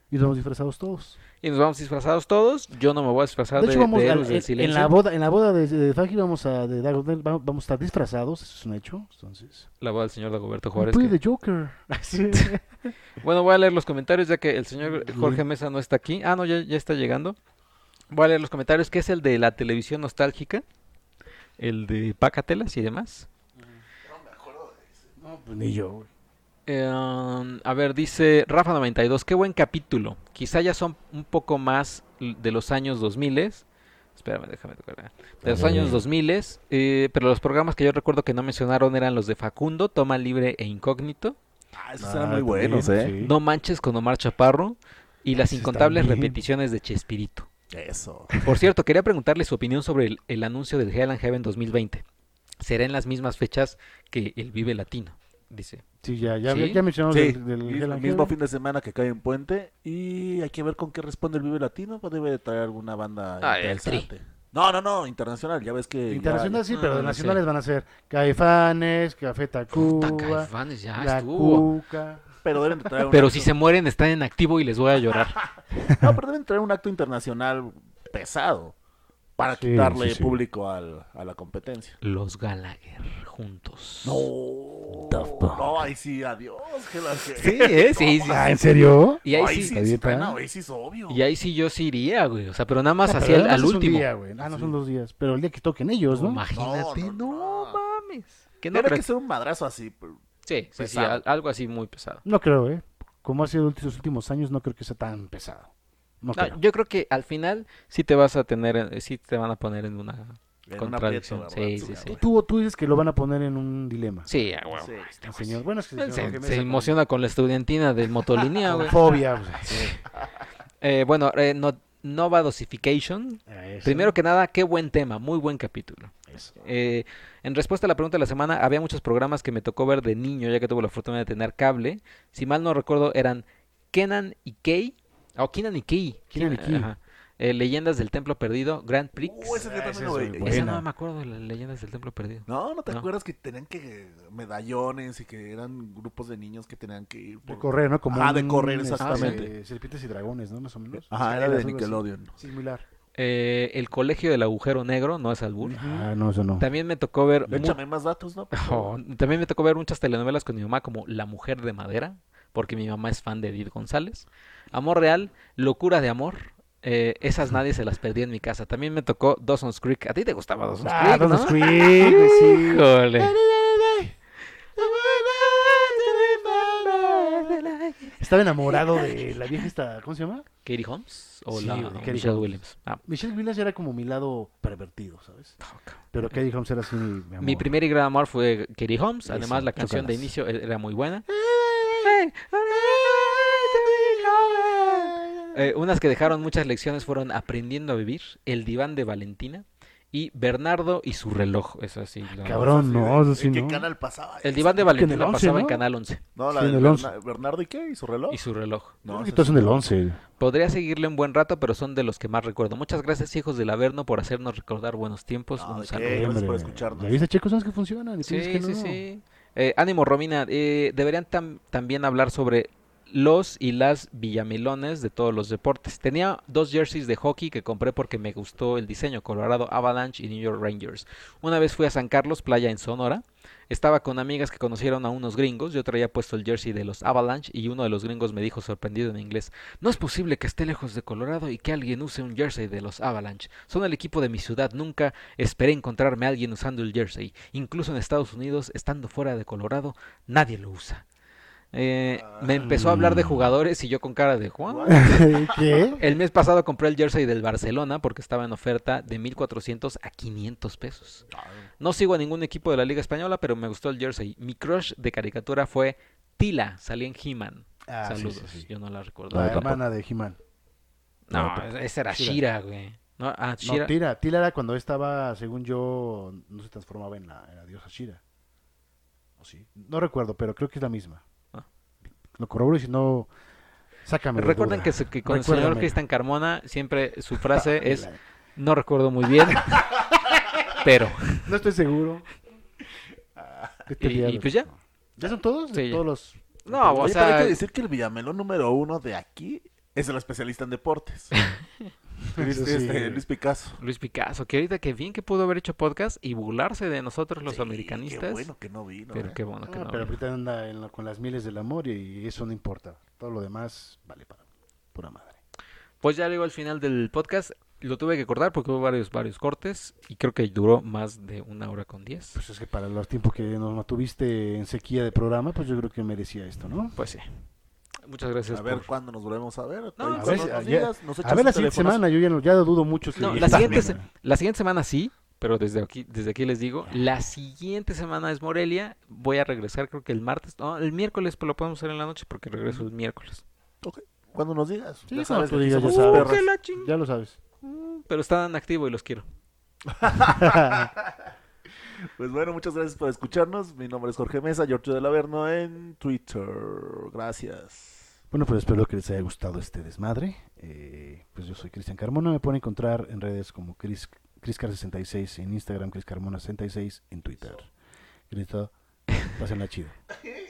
Y nos vamos disfrazados todos. Y nos vamos disfrazados todos. Yo no me voy a disfrazar De de, hecho, vamos de a- héroes del en, en silencio. la boda, en la boda de, de Fagi vamos a de Dago- de- va- vamos a estar disfrazados, eso es un hecho. Entonces, La voz del señor Dagoberto Tú Juárez. que- de Joker. Ah, Así. Bueno, voy a leer los comentarios ya que el señor Bien. Jorge Mesa no está aquí. Ah, no, ya, ya está llegando. Voy a leer los comentarios, que es el de la televisión nostálgica, el de Pacatelas y demás. no, pues ni yo. güey. Eh, a ver, dice Rafa92, qué buen capítulo. Quizá ya son un poco más l- de los años 2000, Espérame, déjame recordar. De los años 2000, eh, pero los programas que yo recuerdo que no mencionaron eran los de Facundo, Toma Libre e Incógnito, Ah, esos Ah, eran muy también, buenos, ¿eh? sí. No Manches con Omar Chaparro y las Ese está incontables bien. repeticiones de Chespirito. Eso. Por cierto, quería preguntarle su opinión sobre el, el anuncio del Hell and Heaven 2020. ¿Será en las mismas fechas que el Vive Latino? Dice. Sí, ya, ya, ¿Sí? ya mencionamos Sí, del, del y Hell el and mismo Heaven. fin de semana que cae en puente. Y hay que ver con qué responde el Vive Latino. Pues debe de traer alguna banda Ah, el Tri. interesante. No, no, no, internacional. Ya ves que. ya- Internacional sí, Ah, pero sí. nacionales van a ser Caifanes, Café Puta, Tacuba, Caifanes, ya La estuvo. Cuca. Pero deben de traer un Pero acto- si se mueren están en activo y les voy a llorar. No, pero deben traer un acto internacional pesado. Para Sí, quitarle sí, sí. público al, a la competencia. Los Gallagher juntos. No. No, ahí sí, adiós. que la- que- Sí, ¿eh? sí, sí, sí. Ah, ¿en serio? Y ahí Ay, sí, sí, Está sí, bien, traen ¿verdad? a Oasis, obvio. y ahí sí yo sí iría, güey. O sea, pero nada más No, así pero al, nada más al es un último. día, güey. Ah, no son dos días. Pero el día que toquen ellos, ¿no? Imagínate, No, no, no, no. mames. Que no Tiene creo- que ser un madrazo así. pero- Sí, sí, sí, pesado. al- algo así muy pesado. No creo, ¿eh? Como ha sido en los últimos años, no creo que sea tan pesado. No No, creo. yo creo que al final sí te vas a tener, eh, sí te van a poner en una En un aprieto, contradicción. la sí, verdad, sí, sí, sí. Tú, tú dices que lo van a poner en un dilema. Sí, a huevo. Sí. El señor. Bueno, es que el Él señor Jorge Se, se Mesa con- emociona con la estudiantina del motolinía, con güey. fobia. pues. Eh, bueno, eh, no- Nova Dosification. Eso. Primero que nada, qué buen tema, muy buen capítulo. Eso. Eh, en respuesta a la pregunta de la semana, había muchos programas que me tocó ver de niño, ya que tuve la fortuna de tener cable. Si mal no recuerdo, eran Kenan y Kay. O Kenan y Kay. Kenan y Kay. ajá. Eh, Leyendas del Templo Perdido, Grand Prix. Uh, ese yo Ah, también ese es lo veía. muy Esa Buena. no me acuerdo de las Leyendas del Templo Perdido. No, ¿no te No. acuerdas que tenían que medallones y que eran grupos de niños que tenían que ir De por... correr, ¿no? Como Ah, de correr, este, exactamente. serpientes y dragones, ¿no? Más o menos. Ajá, era Algo de así. Nickelodeon. Similar. Eh, el Colegio del Agujero Negro, no es albur. Ah, no, eso no. También me tocó ver... mu- Échame más datos, ¿no? Oh, también me tocó ver muchas telenovelas con mi mamá como La Mujer de Madera, porque mi mamá es fan de Edith González. Amor Real, Locura de Amor. eh, esas nadie se las perdía en mi casa. También me tocó Dawson's Creek. ¿A ti te gustaba Dawson's Ah, Creek? Dawson's no? Creek, güey, sí. Híjole. Estaba enamorado de la vieja esta, ¿cómo se llama? ¿Katie Holmes o Sí, la güey, Katie Michelle Holmes. Williams? Ah, Michelle Williams era como mi lado pervertido, ¿sabes? no, cabrón. Pero Katie Holmes era así mi, mi amor. Mi primer gran amor fue Katie Holmes. Eso, Además, la canción de chócalas. inicio e- era muy buena. Eh, unas que dejaron muchas lecciones fueron Aprendiendo a Vivir, El Diván de Valentina y Bernardo y su reloj. Eso sí. lo- Ah, Cabrón, no, eso sí, ¿En qué no. canal pasaba? El Diván que de en el Valentina 11, pasaba en ¿no? Canal 11 No, la Sí, en de el once. Berna- Bernardo y qué, y su reloj. y su reloj. No, No, que todos en el 11. Podría seguirle un buen rato, pero son de los que más recuerdo. Muchas gracias, hijos del Averno, por hacernos recordar buenos tiempos. Ah, ¿de un qué? saludo. gracias por Hombre, escucharnos. Ya viste, chicos, son que funcionan. y Sí, tienes que sí, no. sí. Eh, ánimo, Romina. eh, deberían tam- también hablar sobre los y las villamelones de todos los deportes. Tenía dos jerseys de hockey que compré porque me gustó el diseño, Colorado Avalanche y New York Rangers. Una vez fui a San Carlos, playa en Sonora. Estaba con amigas que conocieron a unos gringos. Yo traía puesto el jersey de los Avalanche y uno de los gringos me dijo sorprendido en inglés, no es posible que esté lejos de Colorado y que alguien use un jersey de los Avalanche. Son el equipo de mi ciudad. Nunca esperé encontrarme a alguien usando el jersey. Incluso en Estados Unidos, estando fuera de Colorado, nadie lo usa. Eh, me empezó a hablar de jugadores y yo con cara de Juan. ¿Qué? El mes pasado compré el jersey del Barcelona porque estaba en oferta de 1400 a 500 pesos. No sigo a ningún equipo de la Liga Española, pero me gustó el jersey. Mi crush de caricatura fue Tila, salía en He-Man. Ah, sí, Saludos, sí, sí. yo no la recuerdo. La hermana de He-Man. No, esa era Shira. Shira, güey. No, ah, No, Shira. Tira. Tira era cuando estaba, según yo, no se transformaba en la, en la diosa Shira. ¿O sí? No recuerdo, pero creo que es la misma. Ah. Lo corroboro y si no, sácame. la Recuerden duda. que, se- que con el señor Recuérdame. Cristian Carmona siempre su frase es no recuerdo muy bien, pero No estoy seguro. Este y, y diablo. pues ya. ¿Ya son todos? De Sí, ya. todos los... No, o Oye, pero sea, eh. hay que decir que el Villamelón número uno de aquí es el especialista en deportes. Luis, Eso sí, este, güey. Luis Picasso. Luis Picasso, que ahorita que bien que pudo haber hecho podcast y burlarse de nosotros los Sí, Qué americanistas. bueno que no vino. pero ¿eh? qué bueno que Ah, no. pero vino. ahorita anda en la- con las miles del amor y, eso no importa. Todo lo demás vale para pura madre. Pues ya llegó al final del podcast. Lo tuve que cortar porque hubo varios, varios cortes y creo que duró más de una hora con diez. Pues es que para los tiempos que nos mantuviste en sequía de programa, pues yo creo que merecía esto, ¿no? Pues sí. Muchas gracias. a ver por- cuándo nos volvemos a ver. No, Ahí a cuando ver, nos ya- digas, nos A echas ver la siguiente un telefonazo. semana, yo ya no, ya lo dudo mucho. si- No, si la pues, está siguiente, bien, se- ¿verdad? la siguiente semana sí, pero desde aquí, desde aquí les digo, la siguiente semana es Morelia. Voy a regresar creo que el martes, no, el miércoles, pero lo podemos hacer en la noche porque regreso el miércoles. Uh, Cuando nos digas. pues Sí, cuando tú que digas, ya somos sabes. perras. que la ching- ¿eh? Ya lo sabes. Pero están activo y los quiero. Pues bueno, muchas gracias por escucharnos. Mi nombre es Jorge Mesa, Giorgio del Averno en Twitter. Gracias. Bueno, pues espero que les haya gustado este desmadre. Eh, pues yo soy Cristian Carmona. Me pueden encontrar en redes como Chris, ChrisCar66 en Instagram, ChrisCarmona66 en Twitter. Cristo, pásenla chido.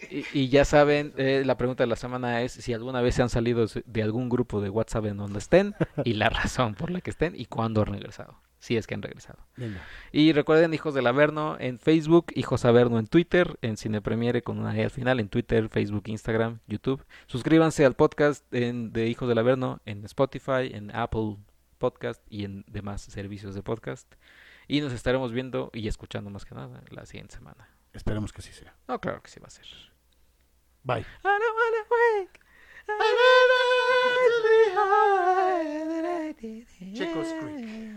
Y, y ya saben, eh, la pregunta de la semana es si alguna vez se han salido s- de algún grupo de WhatsApp en donde estén y la razón por la que estén y cuándo han regresado. Si es que han regresado. Venga. Y recuerden Hijos del Averno en Facebook, Hijos Averno en Twitter, en Cinepremiere con una E al final, en Twitter, Facebook, Instagram, YouTube. Suscríbanse al podcast en- de Hijos del Averno en Spotify, en Apple Podcast y en demás servicios de podcast. Y nos estaremos viendo y escuchando más que nada la siguiente semana. Esperemos que sí sea. No, claro que sí va a ser. Bye. I don't wanna wake. I don't wanna be high. Chico's Creek.